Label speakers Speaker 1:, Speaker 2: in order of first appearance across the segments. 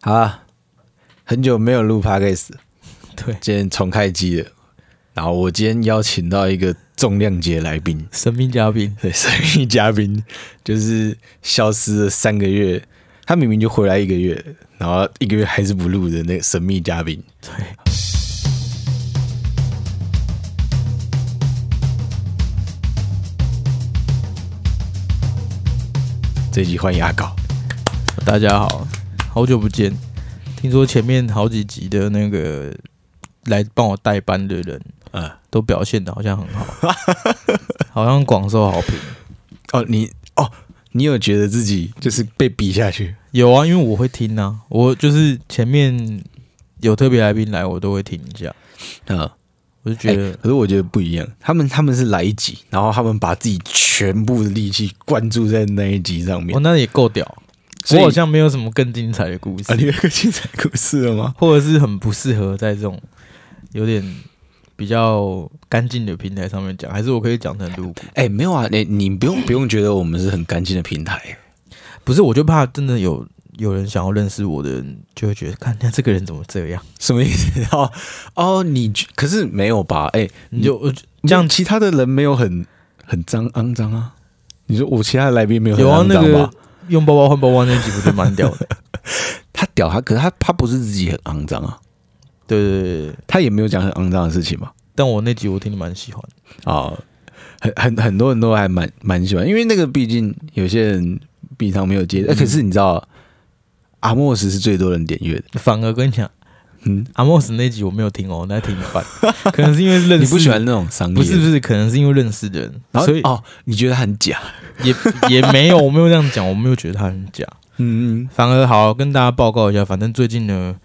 Speaker 1: 好啊，很久没有录 podcast，了
Speaker 2: 对，
Speaker 1: 今天重开机了。然后我今天邀请到一个重量级的来宾，
Speaker 2: 神秘嘉宾，
Speaker 1: 对，神秘嘉宾，就是消失了三个月，他明明就回来一个月，然后一个月还是不录的那个神秘嘉宾。
Speaker 2: 对，
Speaker 1: 这集欢迎阿搞，
Speaker 2: 大家好，好久不见。听说前面好几集的那个来帮我代班的人
Speaker 1: 嗯，
Speaker 2: 都表现的好像很好， 好像广受好评。
Speaker 1: 哦，你哦，你有觉得自己就是被比下去？
Speaker 2: 有啊，因为我会听啊，我就是前面有特别来宾来，我都会听一下，
Speaker 1: 嗯，
Speaker 2: 我就觉得、
Speaker 1: 欸可是我觉得不一样，他们他们是来一集，然后他们把自己全部的力气灌注在那一集上面
Speaker 2: 哦，。那也够屌。
Speaker 1: 哎所以
Speaker 2: 我好像没有什么更精彩的故事，
Speaker 1: 啊，你有一个精彩故事了吗？
Speaker 2: 或者是很不适合在这种有点比较干净的平台上面讲，还是我可以讲成露骨？
Speaker 1: 哎、没有啊，你你不用不用觉得我们是很干净的平台，
Speaker 2: 不是，我就怕真的有有人想要认识我的人，就会觉得，看，那这个人怎么这样？
Speaker 1: 什么意思？ 哦哦，你觉可是没有吧？哎、
Speaker 2: 你就我就
Speaker 1: 这
Speaker 2: 这
Speaker 1: 样
Speaker 2: 样
Speaker 1: 其他的人没有很很脏肮脏啊？你说我其他的来宾没有很
Speaker 2: 有啊
Speaker 1: 肮，
Speaker 2: 那
Speaker 1: 脏吧？
Speaker 2: 个用包包换包包那集不就蛮屌的？
Speaker 1: 他屌他，可是他他不是自己很肮脏啊，
Speaker 2: 对对对对，
Speaker 1: 他也没有讲很肮脏的事情嘛。
Speaker 2: 但我那集我听的蛮喜欢，
Speaker 1: 啊、很很很多人都还蛮蛮喜欢，因为那个毕竟有些人平常没有
Speaker 2: 嗯
Speaker 1: 接，哎可是你知道，阿莫斯是最多人点阅的，
Speaker 2: 反而跟你讲，
Speaker 1: 嗯，
Speaker 2: 阿莫斯那集我没有听哦，那听一半，可能是因为认识，
Speaker 1: 你不喜欢？那种商业的，
Speaker 2: 不是不是，可能是因为认识的人，
Speaker 1: 然后
Speaker 2: 所以
Speaker 1: 哦，你觉得他很假，
Speaker 2: 也也没有，我没有这样讲，我没有觉得他很假，
Speaker 1: 嗯，
Speaker 2: 反而好跟大家报告一下，反正最近呢，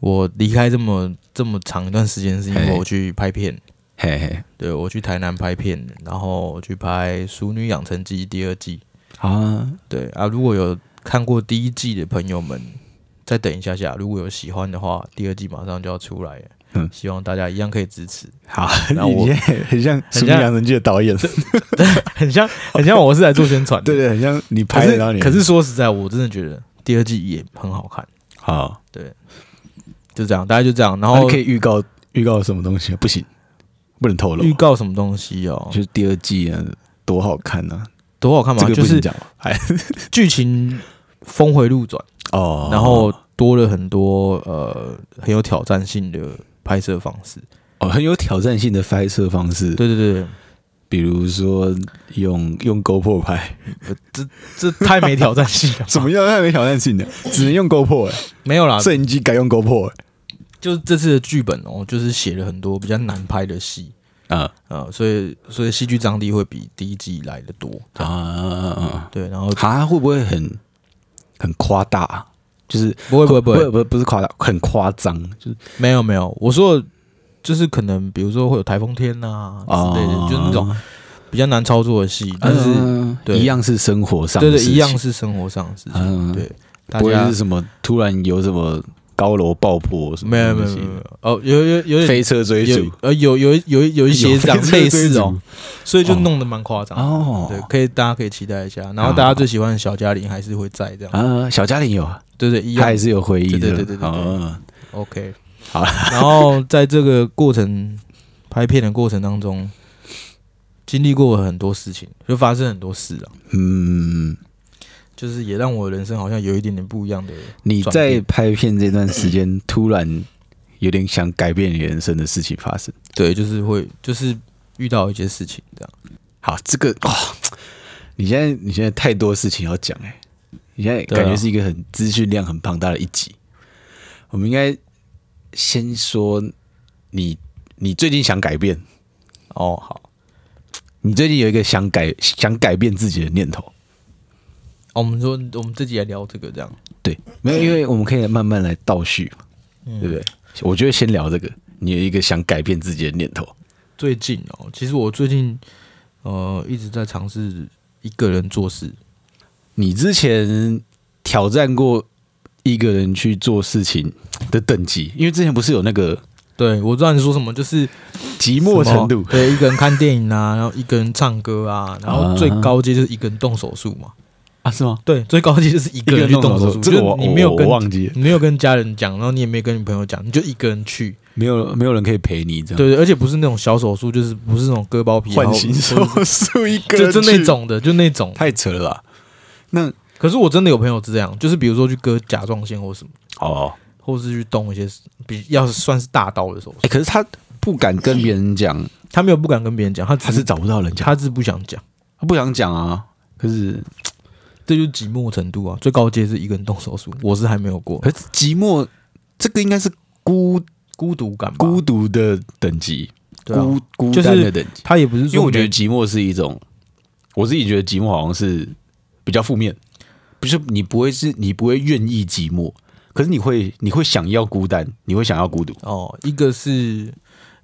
Speaker 2: 我离开这么这么长一段时间，是因为
Speaker 1: 嘿
Speaker 2: 我去拍片，
Speaker 1: 嘿嘿，
Speaker 2: 对我去台南拍片，然后我去拍《熟女养成记》第二季。
Speaker 1: 啊，
Speaker 2: 对啊，如果有看过第一季的朋友们，再等一下下，如果有喜欢的话，第二季马上就要出来了。
Speaker 1: 嗯
Speaker 2: 希望大家一样可以支持，
Speaker 1: 好，
Speaker 2: 然后
Speaker 1: 你
Speaker 2: 我
Speaker 1: 现在很像《
Speaker 2: 像
Speaker 1: 什么良人记》的导演，
Speaker 2: 很像很像我是来做宣传 的，
Speaker 1: 对对，很像你
Speaker 2: 可
Speaker 1: 拍的，然后
Speaker 2: 是
Speaker 1: 你
Speaker 2: 可是说实在，我真的觉得第二季也很好看，
Speaker 1: 好，
Speaker 2: 就这样，大家就这样，然
Speaker 1: 然
Speaker 2: 后
Speaker 1: 啊后可以预告预告什么东西啊？不行，不能透露
Speaker 2: 预，告什么东西哦
Speaker 1: 就，是第二季啊，多好看呢，
Speaker 2: 多好看嘛，
Speaker 1: 这个
Speaker 2: 就
Speaker 1: 不能
Speaker 2: 是
Speaker 1: 讲吧，哎，
Speaker 2: 剧情峰回路转，
Speaker 1: 哦，
Speaker 2: 然后多了很多呃很有挑战性的拍摄方式。
Speaker 1: 哦，很有挑战性的拍摄方式，
Speaker 2: 对对对，
Speaker 1: 比如说用用 GoPro 拍，。
Speaker 2: 这太没挑战性了
Speaker 1: 怎么样太没挑战性 的，只能用 GoPro，、欸、
Speaker 2: 没有啦，
Speaker 1: 摄影机改用 GoPro，、
Speaker 2: 就是这次的剧本哦，就是写了很多比较难拍的戏
Speaker 1: 欸、啊
Speaker 2: 啊，所以所以戏剧张力会比第一季来的多。
Speaker 1: 啊啊！
Speaker 2: 对，然后
Speaker 1: 他会不会很很夸大啊？就是
Speaker 2: 不 会不会
Speaker 1: 不
Speaker 2: 不会，
Speaker 1: 不不是夸大，很夸张，就是
Speaker 2: 没有没有，我说的就是可能比如说会有台风天呐、
Speaker 1: 啊，
Speaker 2: 之类的，就是那种比较难操作的戏，但是、
Speaker 1: 嗯，但
Speaker 2: 对
Speaker 1: 是一样是生活上
Speaker 2: 对
Speaker 1: 的
Speaker 2: 对
Speaker 1: 事情，
Speaker 2: 一样是生活上的事情，
Speaker 1: 嗯，
Speaker 2: 对，大
Speaker 1: 不会
Speaker 2: 家
Speaker 1: 是什么突然有什么高楼爆破什么
Speaker 2: 没有没
Speaker 1: 东
Speaker 2: 有
Speaker 1: 西
Speaker 2: 没有没有哦，有有有点
Speaker 1: 飞车追逐
Speaker 2: 有。呃有有有有一些这样
Speaker 1: 有飞车
Speaker 2: 类
Speaker 1: 追
Speaker 2: 似
Speaker 1: 逐
Speaker 2: 哦，所以就弄得蛮夸张的。
Speaker 1: 哦，
Speaker 2: 对，可以大家可以期待一下。然后大家最喜欢的小嘉玲还是会在这样，
Speaker 1: 啊，小嘉玲有啊，
Speaker 2: 对对，一
Speaker 1: 他
Speaker 2: 样
Speaker 1: 也是有回忆的，
Speaker 2: 对对对对对
Speaker 1: 哦
Speaker 2: OK。
Speaker 1: 好，
Speaker 2: 然后在这个过程拍片的过程当中，经历过很多事情，就发生很多事啊，
Speaker 1: 嗯，
Speaker 2: 就是也让我的人生好像有一点点不一样的。
Speaker 1: 你
Speaker 2: 转
Speaker 1: 在
Speaker 2: 变
Speaker 1: 拍片这段时间，突然有点想改变你人生的事情发生。
Speaker 2: 对，就是会就是遇到一些事情这样。
Speaker 1: 好，这个哇、你现在你现在太多事情要讲哎、你现在
Speaker 2: 对啊
Speaker 1: 感觉是一个很资讯量很庞大的一集。我们应该先说你，你最近想改变，
Speaker 2: 哦，好，
Speaker 1: 你最近有一个想改想改变自己的念头。
Speaker 2: 哦我们说我们自己来聊这个这样。
Speaker 1: 对，没有，因为我们可以慢慢来倒叙嘛，
Speaker 2: 嗯
Speaker 1: 对不对？我觉得先聊这个，你有一个想改变自己的念头，
Speaker 2: 最近哦，其实我最近呃一直在尝试一个人做事，
Speaker 1: 你之前挑战过一个人去做事情的等级，因为之前不是有那个
Speaker 2: 对，我知道你说什么，就是
Speaker 1: 寂寞程度
Speaker 2: 什么 对，一个人看电影啊，然后一个人唱歌啊，然后最高阶就是一个人动手术嘛。
Speaker 1: 啊，是吗？
Speaker 2: 对，最高级就是一
Speaker 1: 一
Speaker 2: 个
Speaker 1: 个
Speaker 2: 人
Speaker 1: 人
Speaker 2: 去
Speaker 1: 动
Speaker 2: 动
Speaker 1: 手术，
Speaker 2: 手术，
Speaker 1: 啊这
Speaker 2: 就
Speaker 1: 个我
Speaker 2: 你没有
Speaker 1: 我
Speaker 2: 跟
Speaker 1: 我忘记了，
Speaker 2: 你没有跟家人讲，然后你也没有跟你朋友讲，你就一个人去，
Speaker 1: 没有没有人可以陪你这样。
Speaker 2: 对对，而且不是那种小手术，就是不是那种割包皮，
Speaker 1: 嗯换
Speaker 2: 然后
Speaker 1: 形
Speaker 2: 或
Speaker 1: 手
Speaker 2: 者是
Speaker 1: 术一个
Speaker 2: 就
Speaker 1: 人
Speaker 2: 就
Speaker 1: 去
Speaker 2: 那种的，就那种。
Speaker 1: 太扯了吧？那
Speaker 2: 可是我真的有朋友是这样，就是比如说去割甲状腺或什么，
Speaker 1: 哦，
Speaker 2: 或是去动一些比要是算是大刀的手术
Speaker 1: 哎、，可是他不敢跟别人讲，
Speaker 2: 他没有不敢跟别人讲，他
Speaker 1: 他
Speaker 2: 只
Speaker 1: 是找不到人讲，
Speaker 2: 他是不想讲，
Speaker 1: 他不想讲啊。可是
Speaker 2: 这就是寂寞程度啊。最高阶是一个人动手术，我是还没有过
Speaker 1: 可是寂寞，这个应该是孤
Speaker 2: 孤独感吧，
Speaker 1: 孤独的等级，
Speaker 2: 对啊，
Speaker 1: 孤孤
Speaker 2: 就是
Speaker 1: 单的等级。
Speaker 2: 他也不是说没，
Speaker 1: 因为我觉得寂寞是一种，我自己觉得寂寞好像是比较负面，不是你不会是你不会愿意寂寞，可是你会你会想要孤单，你会想要孤独。
Speaker 2: 哦，一个是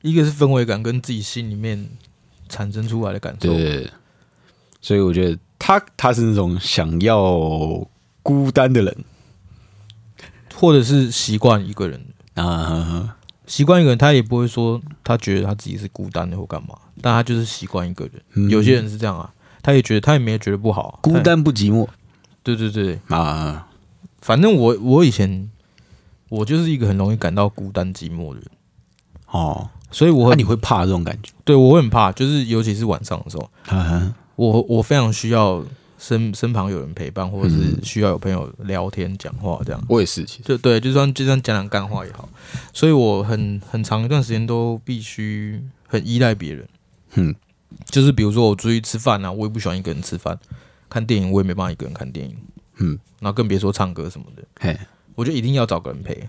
Speaker 2: 一个是氛围感跟自己心里面产生出来的感受，
Speaker 1: 对，所以我觉得他他是那种想要孤单的人
Speaker 2: 或者是习惯一个人，
Speaker 1: 啊，
Speaker 2: 习惯一个人，他也不会说他觉得他自己是孤单的或干嘛，但他就是习惯一个人。
Speaker 1: 嗯
Speaker 2: 有些人是这样啊，他也觉得他也没有觉得不好啊、
Speaker 1: 孤
Speaker 2: 他也。
Speaker 1: 单不寂寞
Speaker 2: 对对对，
Speaker 1: 啊，
Speaker 2: 反正我我以前我就是一个很容易感到孤单寂寞的人，
Speaker 1: 哦，
Speaker 2: 所以我
Speaker 1: 那、
Speaker 2: 很、
Speaker 1: 你会怕这种感觉？
Speaker 2: 对我会很怕，就是尤其是晚上的时候，
Speaker 1: 啊，
Speaker 2: 我我非常需要身身旁有人陪伴，或者是
Speaker 1: 嗯
Speaker 2: 需要有朋友聊天讲话这样。
Speaker 1: 我也是，其实
Speaker 2: 就对，就算就算讲讲干话也好，所以我很很长一段时间都必须很依赖别人。
Speaker 1: 嗯，
Speaker 2: 就是比如说我出去吃饭啊，我也不喜欢一个人吃饭，看电影我也没办法一个人看电影，
Speaker 1: 嗯，
Speaker 2: 然后更别说唱歌什么的，
Speaker 1: 嘿，
Speaker 2: 我就一定要找个人陪。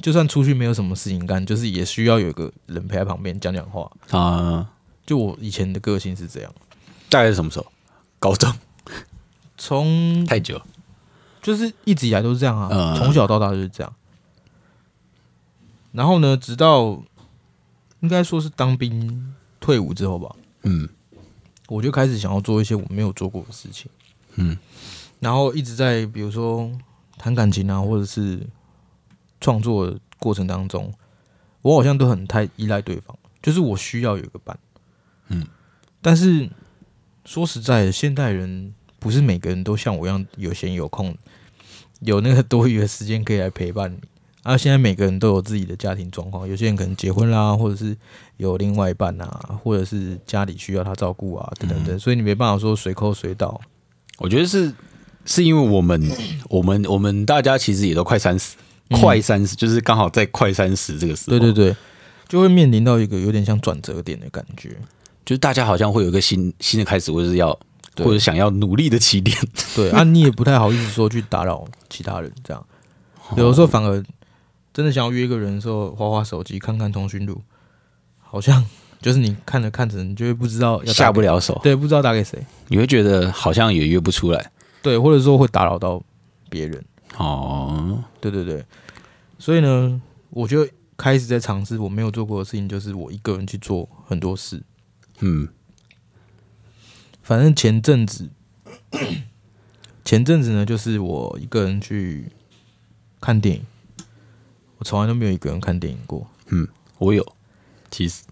Speaker 2: 就算出去没有什么事情干，就是也需要有一个人陪在旁边讲讲话。
Speaker 1: 啊，
Speaker 2: 就我以前的个性是这样，
Speaker 1: 大概是什么时候？高中
Speaker 2: 从
Speaker 1: 太久了，
Speaker 2: 就是一直以来都是这样啊，
Speaker 1: 嗯
Speaker 2: 从、小到大就是这样。然后呢，直到应该说是当兵退伍之后吧，
Speaker 1: 嗯
Speaker 2: 我就开始想要做一些我没有做过的事情，
Speaker 1: 嗯，
Speaker 2: 然后一直在比如说谈感情啊，或者是创作的过程当中，我好像都很太依赖对方，就是我需要有一个伴，
Speaker 1: 嗯，
Speaker 2: 但是说实在的，现代人不是每个人都像我一样有闲有空，有那个多余的时间可以来陪伴你。啊，现在每个人都有自己的家庭状况，有些人可能结婚啦，或者是有另外一半啊，或者是家里需要他照顾啊，等等等，所以你没办法说随扣随到。
Speaker 1: 我觉得是是因为我们我们我们大家其实也都快三十、
Speaker 2: 嗯
Speaker 1: 快三十，就是刚好在快三十这个时候，
Speaker 2: 对对对，就会面临到一个有点像转折点的感觉。
Speaker 1: 就是大家好像会有一个新新的开始，或者是要
Speaker 2: 对
Speaker 1: 或者想要努力的起点。
Speaker 2: 对啊，你也不太好意思说去打扰其他人，这样有的时候反而真的想要约一个人的时候，划划手机，看看通讯录，好像就是你看着看着，你就会不知道要打
Speaker 1: 下不
Speaker 2: 给，
Speaker 1: 了手，
Speaker 2: 对，不知道打给谁，
Speaker 1: 你会觉得好像也约不出来。
Speaker 2: 对，或者说会打扰到别人。
Speaker 1: 哦，
Speaker 2: 对对对，所以呢，我就开始在尝试我没有做过的事情，就是我一个人去做很多事。
Speaker 1: 嗯，
Speaker 2: 反正前阵子，前阵子呢，就是我一个人去看电影，我从来都没有一个人看电影过。
Speaker 1: 我有，其实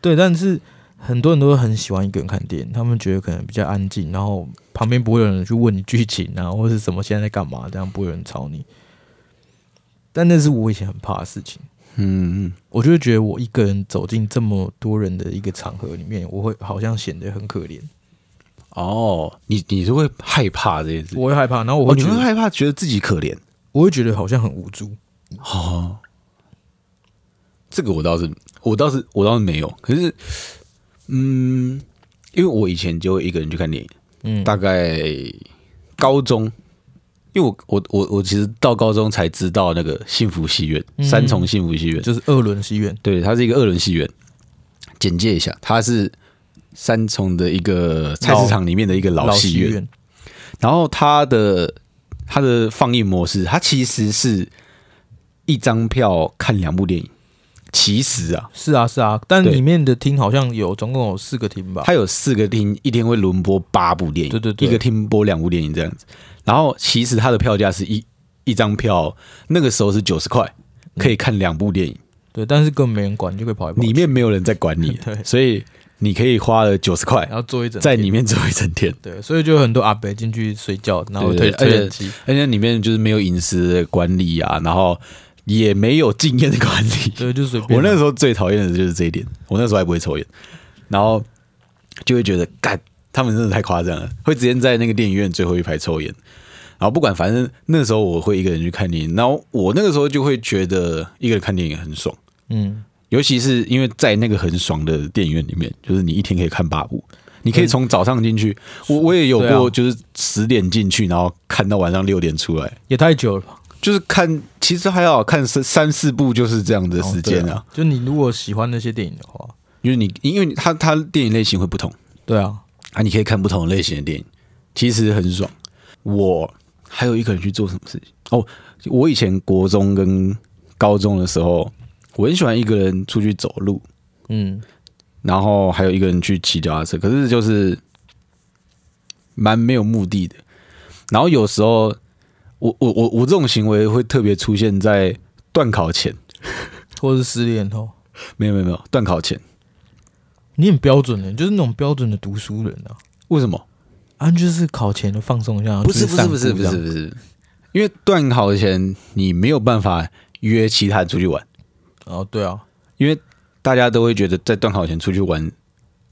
Speaker 2: 对，但是很多人都很喜欢一个人看电影，他们觉得可能比较安静，然后旁边不会有人去问你剧情啊，或是什么现在在干嘛，这样不会有人吵你。但那是我以前很怕的事情。
Speaker 1: 嗯，嗯
Speaker 2: 我就会觉得我一个人走进这么多人的一个场合里面，我会好像显得很可怜，
Speaker 1: 哦，你你是会害怕这件事，
Speaker 2: 我会害怕，然后我
Speaker 1: 哦，
Speaker 2: 会
Speaker 1: 你
Speaker 2: 觉
Speaker 1: 会
Speaker 2: 得，
Speaker 1: 害怕觉得自己可怜。
Speaker 2: 我会觉得好像很无助。
Speaker 1: 哦， 这个我倒是，我倒是，我倒是没有。可是，嗯，因为我以前就会一个人去看电影，
Speaker 2: 嗯，
Speaker 1: 大概高中，因为我我我我其实到高中才知道那个幸福戏院，
Speaker 2: 嗯
Speaker 1: 三重幸福戏院，
Speaker 2: 就是二轮戏院，
Speaker 1: 对，它是一个二轮戏院。简介一下，它是三重的一个菜市场里面的一个老戏
Speaker 2: 戏
Speaker 1: 院，
Speaker 2: 院，
Speaker 1: 然后它的它的放映模式，它其实是一张票看两部电影。其实啊，
Speaker 2: 是啊是啊，但
Speaker 1: 对
Speaker 2: 里面的厅好像有总共有四个厅吧，
Speaker 1: 它有四个厅，一天会轮播八部电影，
Speaker 2: 啊对对对
Speaker 1: 一个厅播两部电影这样子。然后其实它的票价是一一张票，那个时候是九十块，可以看两部电影，
Speaker 2: 对，但是根本没人管，你就可以跑来跑去
Speaker 1: 里面没有人在管你
Speaker 2: 对，啊
Speaker 1: 所以你可以花了九十块
Speaker 2: 然后坐一整
Speaker 1: 在
Speaker 2: 天
Speaker 1: 里面坐一整天，
Speaker 2: 对，所以就有很多阿伯进去睡觉，然后
Speaker 1: 对对
Speaker 2: 推推
Speaker 1: 而且
Speaker 2: 冷气，
Speaker 1: 而且里面就是没有饮食的管理啊，然后也没有禁烟的管理。
Speaker 2: 对，就随便
Speaker 1: 我
Speaker 2: 啊。
Speaker 1: 那时候最讨厌的就是这一点，我那时候还不会抽烟，然后就会觉得干，他们真的太夸张了，会直接在那个电影院最后一排抽烟。然后不管，反正那时候我会一个人去看电影，然后我那个时候就会觉得一个人看电影很爽，
Speaker 2: 嗯，
Speaker 1: 尤其是因为在那个很爽的电影院里面，就是你一天可以看八部，你可以从早上进去，我我也有
Speaker 2: 嗯对啊
Speaker 1: 过，就是十点进去，然后看到晚上六点出来，
Speaker 2: 也太久了吧？
Speaker 1: 就是看其实还好看三三四部就是这样的时间
Speaker 2: 哦对
Speaker 1: 啊，
Speaker 2: 就你如果喜欢那些电影的话，
Speaker 1: 因为你因为它它电影类型会不同
Speaker 2: 对啊，
Speaker 1: 啊，你可以看不同类型的电影，其实很爽。我还有一个人去做什么事情哦，我以前国中跟高中的时候，我很喜欢一个人出去走路，
Speaker 2: 嗯，
Speaker 1: 然后还有一个人去骑脚踏车，可是就是蛮没有目的的。然后有时候，我我我我这种行为会特别出现在断考前，
Speaker 2: 或是失恋后，
Speaker 1: 没有没有没有断考前，
Speaker 2: 你很标准的，就是那种标准的读书人啊，
Speaker 1: 为什么？啊
Speaker 2: 啊，就是考前的放松一下，
Speaker 1: 不是不是不是
Speaker 2: 出
Speaker 1: 不
Speaker 2: 去散
Speaker 1: 是
Speaker 2: 步
Speaker 1: 不是，因为断考前你没有办法约其他人出去玩，
Speaker 2: 这样，哦，对啊，
Speaker 1: 因为大家都会觉得在断考前出去玩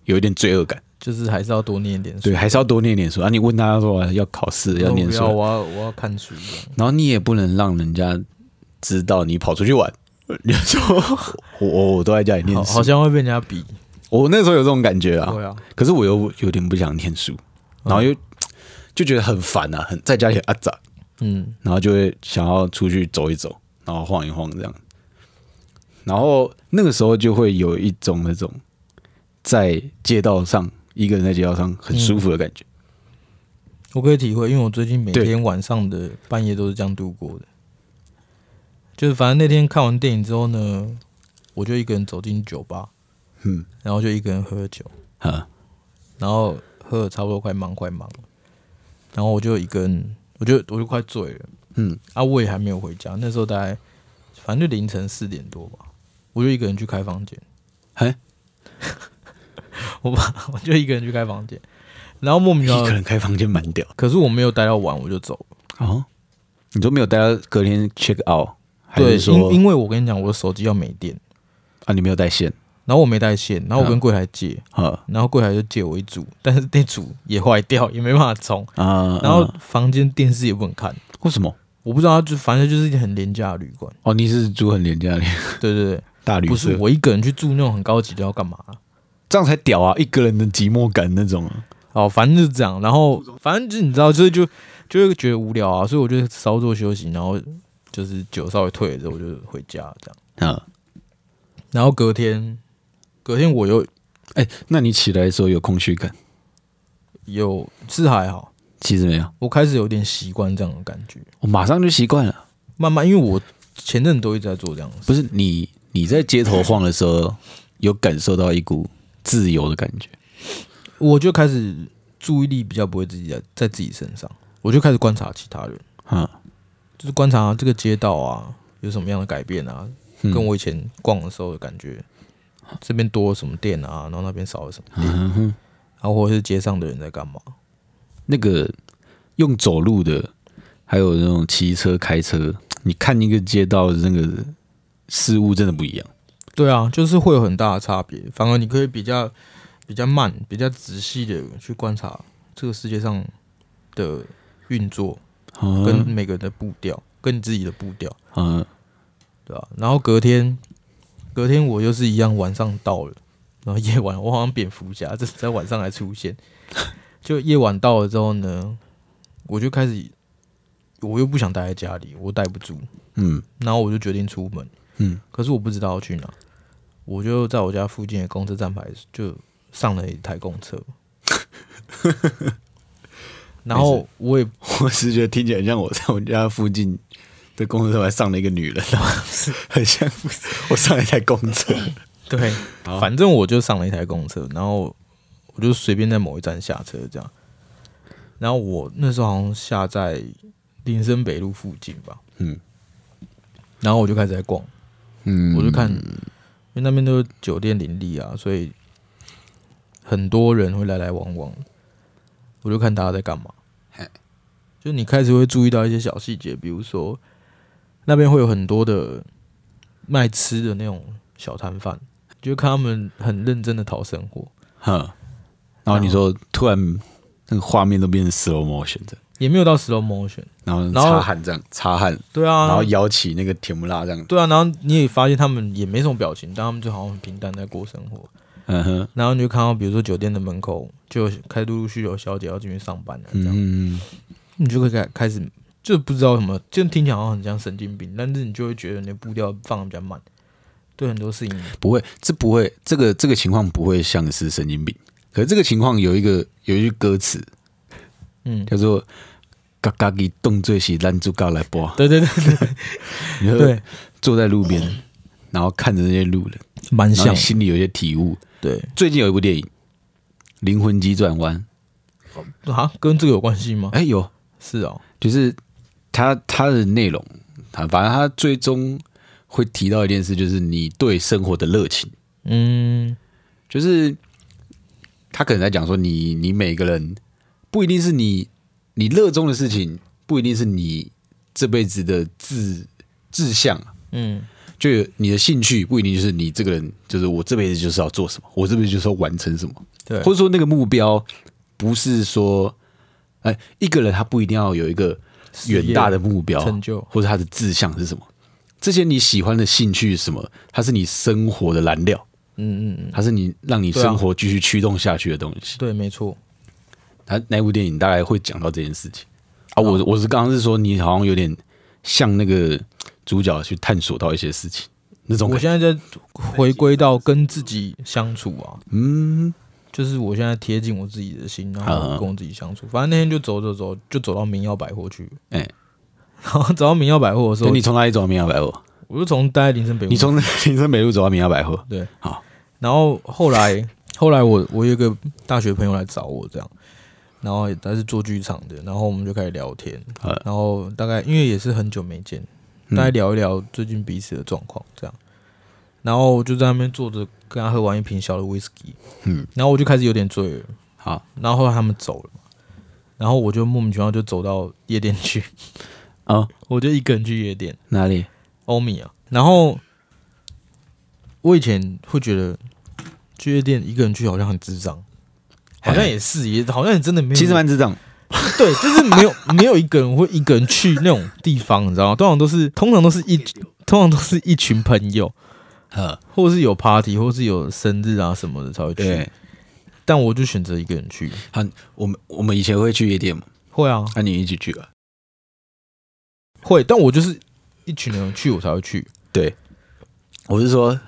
Speaker 1: 有一点罪恶感，
Speaker 2: 就是还是要多念点书，
Speaker 1: 对，还是要多念点书啊。你问大家说啊要考试要
Speaker 2: 哦
Speaker 1: 念
Speaker 2: 不要，
Speaker 1: 书，
Speaker 2: 我要我要看书这样，
Speaker 1: 然后你也不能让人家知道你跑出去玩。 你就说 我我我都在家里念
Speaker 2: 好，
Speaker 1: 书
Speaker 2: 好，像会被人家比，
Speaker 1: 我那时候有这种感觉啊，
Speaker 2: 对啊，
Speaker 1: 可是我又有点不想念书，然后又就觉得很烦啊，很在家里啊咋。
Speaker 2: 嗯，
Speaker 1: 然后就会想要出去走一走，然后晃一晃这样。然后那个时候就会有一种那种在街道上一个人在街道上很舒服的感觉。
Speaker 2: 我可以体会，因为我最近每
Speaker 1: 对
Speaker 2: 天晚上的半夜都是这样度过的。就是反正那天看完电影之后呢，我就一个人走进酒吧，
Speaker 1: 嗯，
Speaker 2: 然后就一个人喝酒，
Speaker 1: 啊，
Speaker 2: 然后喝的差不多快忙快忙了，然后我就一个人，我就我就快醉了
Speaker 1: 嗯，
Speaker 2: 啊，我也还没有回家，那时候大概反正就凌晨四点多吧，我就一个人去开房间，
Speaker 1: 哎，
Speaker 2: 我把我就一个人去开房间，然后莫名
Speaker 1: 一
Speaker 2: 其
Speaker 1: 个
Speaker 2: 妙，
Speaker 1: 人开房间蛮屌
Speaker 2: 可是我没有待到晚，我就走了。
Speaker 1: 哦。你都没有待到隔天 check out，还
Speaker 2: 对，
Speaker 1: 是说
Speaker 2: 因因为我跟你讲，我的手机要没电，
Speaker 1: 啊你没有带线
Speaker 2: 然后我没带线，然后
Speaker 1: 嗯
Speaker 2: 我跟柜台借，
Speaker 1: 啊
Speaker 2: 然后柜台就借我一组，但是那组也坏掉，也没办法充，
Speaker 1: 啊？
Speaker 2: 然后
Speaker 1: 啊
Speaker 2: 房间电视也不能看，
Speaker 1: 为什么？
Speaker 2: 我不知道，就反正就是一间很廉价的旅馆，
Speaker 1: 哦，你是住很廉价的
Speaker 2: 对对对，
Speaker 1: 大旅
Speaker 2: 不
Speaker 1: 社
Speaker 2: 是，我一个人去住那种很高级的要干嘛啊、
Speaker 1: 这样才屌啊！一个人的寂寞感那种啊，
Speaker 2: 哦，反正就是这样，然后
Speaker 1: 嗯
Speaker 2: 反正就是你知道，就是就就会觉得无聊啊，所以我就稍作休息，然后就是酒稍微退了之后，我就回家这样，
Speaker 1: 啊，
Speaker 2: 然后隔天隔天我又
Speaker 1: 哎、那你起来的时候有空虚感？
Speaker 2: 有是还好。
Speaker 1: 其实没有，
Speaker 2: 我开始有点习惯这样的感觉，
Speaker 1: 我马上就习惯了。
Speaker 2: 慢慢，因为我前阵子都一直在做这样的事，
Speaker 1: 不是你你在街头晃的时候，有感受到一股自由的感觉
Speaker 2: 我就开始注意力比较不会自己在在自己身上，我就开始观察其他人，
Speaker 1: 啊？
Speaker 2: 就是观察这个街道啊有什么样的改变啊，
Speaker 1: 嗯
Speaker 2: 跟我以前逛的时候的感觉，这边多了什么店啊，然后那边少了什么店，
Speaker 1: 嗯哼，
Speaker 2: 然后或者是街上的人在干嘛，
Speaker 1: 那个用走路的，还有那种骑车、开车，你看一个街道的那个事物真的不一样。
Speaker 2: 对啊，就是会有很大的差别，反而你可以比较比较慢、比较仔细的去观察这个世界上的运作。跟
Speaker 1: 嗯
Speaker 2: 每个人的步调，跟你自己的步调，
Speaker 1: 嗯，
Speaker 2: 对吧、然后隔天，隔天我又是一样，晚上到了，然后夜晚我好像蝙蝠侠，这在晚上还出现。就夜晚到了之后呢，我就开始，我又不想待在家里，我待不住，
Speaker 1: 嗯
Speaker 2: 然后我就决定出门，
Speaker 1: 嗯，
Speaker 2: 可是我不知道要去哪，我就在我家附近的公车站牌就上了一台公车，然后我也
Speaker 1: 我是觉得听起来像我在我家附近的公车上还上了一个 女人，很像我上了一台公车。
Speaker 2: 对
Speaker 1: 好，
Speaker 2: 反正我就上了一台公车，然后我就随便在某一站下车这样。然后我那时候好像下在林森北路附近吧，
Speaker 1: 嗯
Speaker 2: 然后我就开始在逛，
Speaker 1: 嗯
Speaker 2: 我就看，因为那边都是酒店林立啊，所以很多人会来来往往，我就看大家在干嘛
Speaker 1: 嘿。
Speaker 2: 就你开始会注意到一些小细节，比如说那边会有很多的卖吃的那种小摊贩，就看他们很认真的讨生活，
Speaker 1: 哼，然后你说突然那个画面都变成 slow motion 的，
Speaker 2: 也没有到 slow motion。
Speaker 1: 然后
Speaker 2: 然后
Speaker 1: 擦汗这样擦汗，
Speaker 2: 对啊，
Speaker 1: 然后摇起那个甜不辣这样，
Speaker 2: 对啊，然后你也发现他们也没什么表情，但他们就好像很平淡在过生活。
Speaker 1: 嗯哼，
Speaker 2: 然后你就看到，比如说酒店的门口就有开陆陆续续有小姐要进去上班了，这样、
Speaker 1: 嗯，
Speaker 2: 你就会开开始就不知道什么，就听起来好像很像神经病，但是你就会觉得你的步调放的比较慢，对很多事情
Speaker 1: 不会，这不会，这个这个情况不会像是神经病，可是这个情况有一个有一句歌词
Speaker 2: 嗯，
Speaker 1: 叫做“嘎嘎给动最喜拦住高来播
Speaker 2: 对对对”，
Speaker 1: 你
Speaker 2: 对
Speaker 1: 就
Speaker 2: 对，
Speaker 1: 坐在路边，然后看着那些路人，
Speaker 2: 蛮
Speaker 1: 然后
Speaker 2: 像
Speaker 1: 你，心里有一些体悟。
Speaker 2: 对
Speaker 1: 最近有一部电影《灵魂急转弯
Speaker 2: 啊，跟这个有关系吗》，？
Speaker 1: 哎，有，
Speaker 2: 是哦，
Speaker 1: 就是它它的内容，它反正它最终会提到一件事，就是你对生活的热情，
Speaker 2: 嗯
Speaker 1: 就是他可能在讲说你，你每个人不一定是你你热衷的事情，不一定是你这辈子的志志向，
Speaker 2: 嗯
Speaker 1: 就有你的兴趣不一定就是你这个人，就是我这辈子就是要做什么，我这辈子就是要完成什么。
Speaker 2: 对，
Speaker 1: 或者说那个目标不是说，哎、一个人他不一定要有一个远大的目标
Speaker 2: 事业成就
Speaker 1: 或者他的志向是什么。这些你喜欢的兴趣是什么，它是你生活的燃料，
Speaker 2: 嗯嗯嗯，
Speaker 1: 它是你让你
Speaker 2: 对啊
Speaker 1: 生活继续驱动下去的东西。
Speaker 2: 对，没错，
Speaker 1: 他那部电影大概会讲到这件事情啊。
Speaker 2: 嗯
Speaker 1: 我我是刚刚是说你好像有点像那个主角去探索到一些事情那种
Speaker 2: 我
Speaker 1: 感觉。
Speaker 2: 现在在回归到跟自己相处啊，
Speaker 1: 嗯，
Speaker 2: 就是我现在贴近我自己的心，然
Speaker 1: 啊
Speaker 2: 后跟我自己相处。反正那天就走走走，就走到明耀百货去。
Speaker 1: 哎、
Speaker 2: 然后 走到明耀百货的时
Speaker 1: 所
Speaker 2: 候
Speaker 1: 以，你从哪里走到明耀百货？
Speaker 2: 我就从待在林森北路，
Speaker 1: 你从那 个林森北路走到明耀百货？
Speaker 2: 对，
Speaker 1: 好。
Speaker 2: 然后后来后来我我有一个大学朋友来找我这样，然后他是做剧场的，然后我们就开始聊天
Speaker 1: 呃，
Speaker 2: 然后大概因为也是很久没见，
Speaker 1: 嗯
Speaker 2: 大概聊一聊最近彼此的状况这样。然后我就在那边坐着跟他喝完一瓶小的 whisky，
Speaker 1: 嗯，
Speaker 2: 然后我就开始有点醉了。
Speaker 1: 好，
Speaker 2: 然后后来他们走了嘛，然后我就莫名其妙就走到夜店去，
Speaker 1: 哦，
Speaker 2: 我就一个人去夜店，
Speaker 1: 哪里？
Speaker 2: 欧米啊。然后我以前会觉得去夜店一个人去好像很智障，好像也是，也好像也真的没有，
Speaker 1: 其实蛮智障。
Speaker 2: 对，就是没有没有一个人会一个人去那种地方，你知道吗？通常都是通常都是一通常都是一群朋友，
Speaker 1: 呃，
Speaker 2: 或是有 party，或是有生日啊什么的才会去。
Speaker 1: 对，
Speaker 2: 但我就选择一个人去，
Speaker 1: 好，我们我们以前会去夜店嘛，
Speaker 2: 会啊，
Speaker 1: 那、你一起去啊？
Speaker 2: 会，但我就是一群人去我才会去。
Speaker 1: 我是说，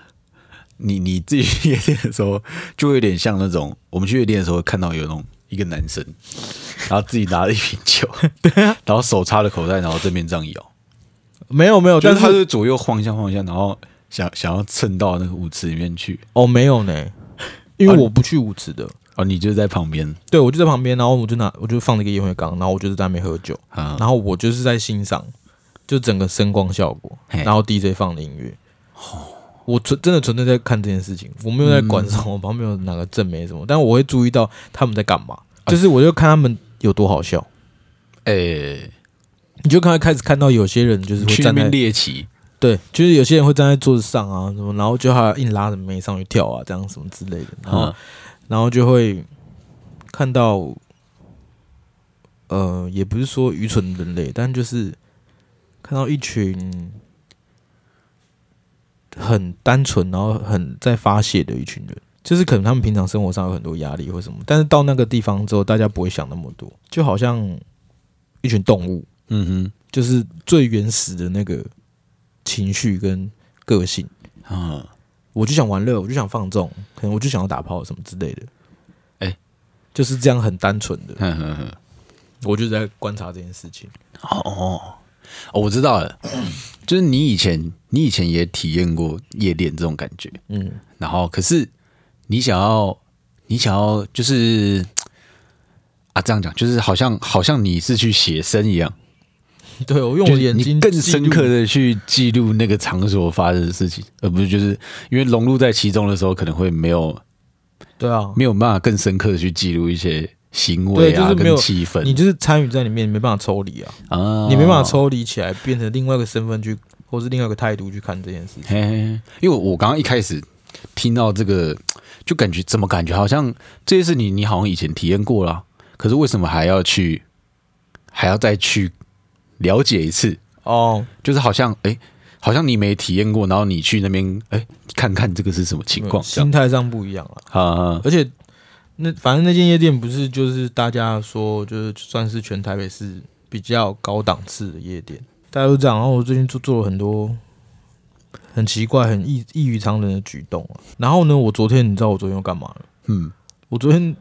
Speaker 1: 你你自己去夜店的时候，就会有点像那种我们去夜店的时候会看到有那种一个男 生，然后自己拿了一瓶酒，然后手插着口袋，然后这边这样摇，
Speaker 2: 没有没有，
Speaker 1: 就
Speaker 2: 但
Speaker 1: 是他
Speaker 2: 是
Speaker 1: 就左右晃一下晃一下，然后想想要蹭到那个舞池里面去，
Speaker 2: 哦没有呢，因为我不去舞池的。
Speaker 1: 哦，你就在旁边
Speaker 2: 对，我就在旁边，然后我就拿我就放了一个烟灰缸，然后我就是在那边喝酒，
Speaker 1: 啊，
Speaker 2: 然后我就是在欣赏就整个声光效果，
Speaker 1: 嘿
Speaker 2: 然后 DJ 放的音乐。我纯真的纯粹在看这件事情，我没有在管什么旁边有哪个正 没什么，但我会注意到他们在干嘛，
Speaker 1: 啊
Speaker 2: 就是我就看他们有多好笑。
Speaker 1: 哎、
Speaker 2: 你就看开始看到有些人就是会
Speaker 1: 去那
Speaker 2: 站在
Speaker 1: 边猎奇，
Speaker 2: 对，就是有些人会站在桌子上啊，什么，然后就还硬拉着妹上去跳啊，这样什么之类的，然后、
Speaker 1: 嗯
Speaker 2: 然后就会看到，呃，也不是说愚蠢的人类，但就是看到一群很单纯，然后很在发泄的一群人，就是可能他们平常生活上有很多压力或什么，但是到那个地方之后，大家不会想那么多，就好像一群动物，
Speaker 1: 嗯
Speaker 2: 就是最原始的那个情绪跟个性。
Speaker 1: 哼，啊，
Speaker 2: 我就想玩乐，我就想放纵，可能我就想要打炮什么之类的。
Speaker 1: 哎
Speaker 2: 就是这样很单纯的，
Speaker 1: 哼哼哼。
Speaker 2: 我就在观察这件事情。
Speaker 1: 哦，我知道 了，就是你以前你以前也体验过夜店这种感觉，
Speaker 2: 嗯，
Speaker 1: 然后可是你想要你想要就是啊这样讲，就是好像好像你是去写生一样，
Speaker 2: 对我用
Speaker 1: 就是
Speaker 2: 我的眼睛
Speaker 1: 你更
Speaker 2: 记录
Speaker 1: 深刻，的去记录那个场所发生的事情，而不是就是因为融入在其中的时候可能会没有
Speaker 2: 对啊，
Speaker 1: 没有办法更深刻的去记录一些行为
Speaker 2: 对，就
Speaker 1: 啊、
Speaker 2: 是没有
Speaker 1: 跟气氛
Speaker 2: 你就是参与在里面，你没办法抽离啊，
Speaker 1: 啊，
Speaker 2: 你没办法抽离起来，变成另外一个身份去，或是另外一个态度去看这件事情。
Speaker 1: 嘿嘿，嘿因为我刚刚一开始听到这个，就感觉怎么感觉好像这些事你你好像以前体验过了，可是为什么还要去还要再去了解一次？
Speaker 2: 哦，
Speaker 1: 就是好像哎、诶好像你没体验过，然后你去那边哎、诶看看这个是什么情况这
Speaker 2: 心
Speaker 1: 样
Speaker 2: 态上不一样了。
Speaker 1: 啊？
Speaker 2: 而且那反正那间夜店不是就是大家说就是算是全台北市比较高档次的夜店，大家都这样。然后我最近做做了很多很奇怪、很异异于常人的举动啊。然后呢，我昨天你知道我昨天又干嘛了？
Speaker 1: 嗯，
Speaker 2: 我昨天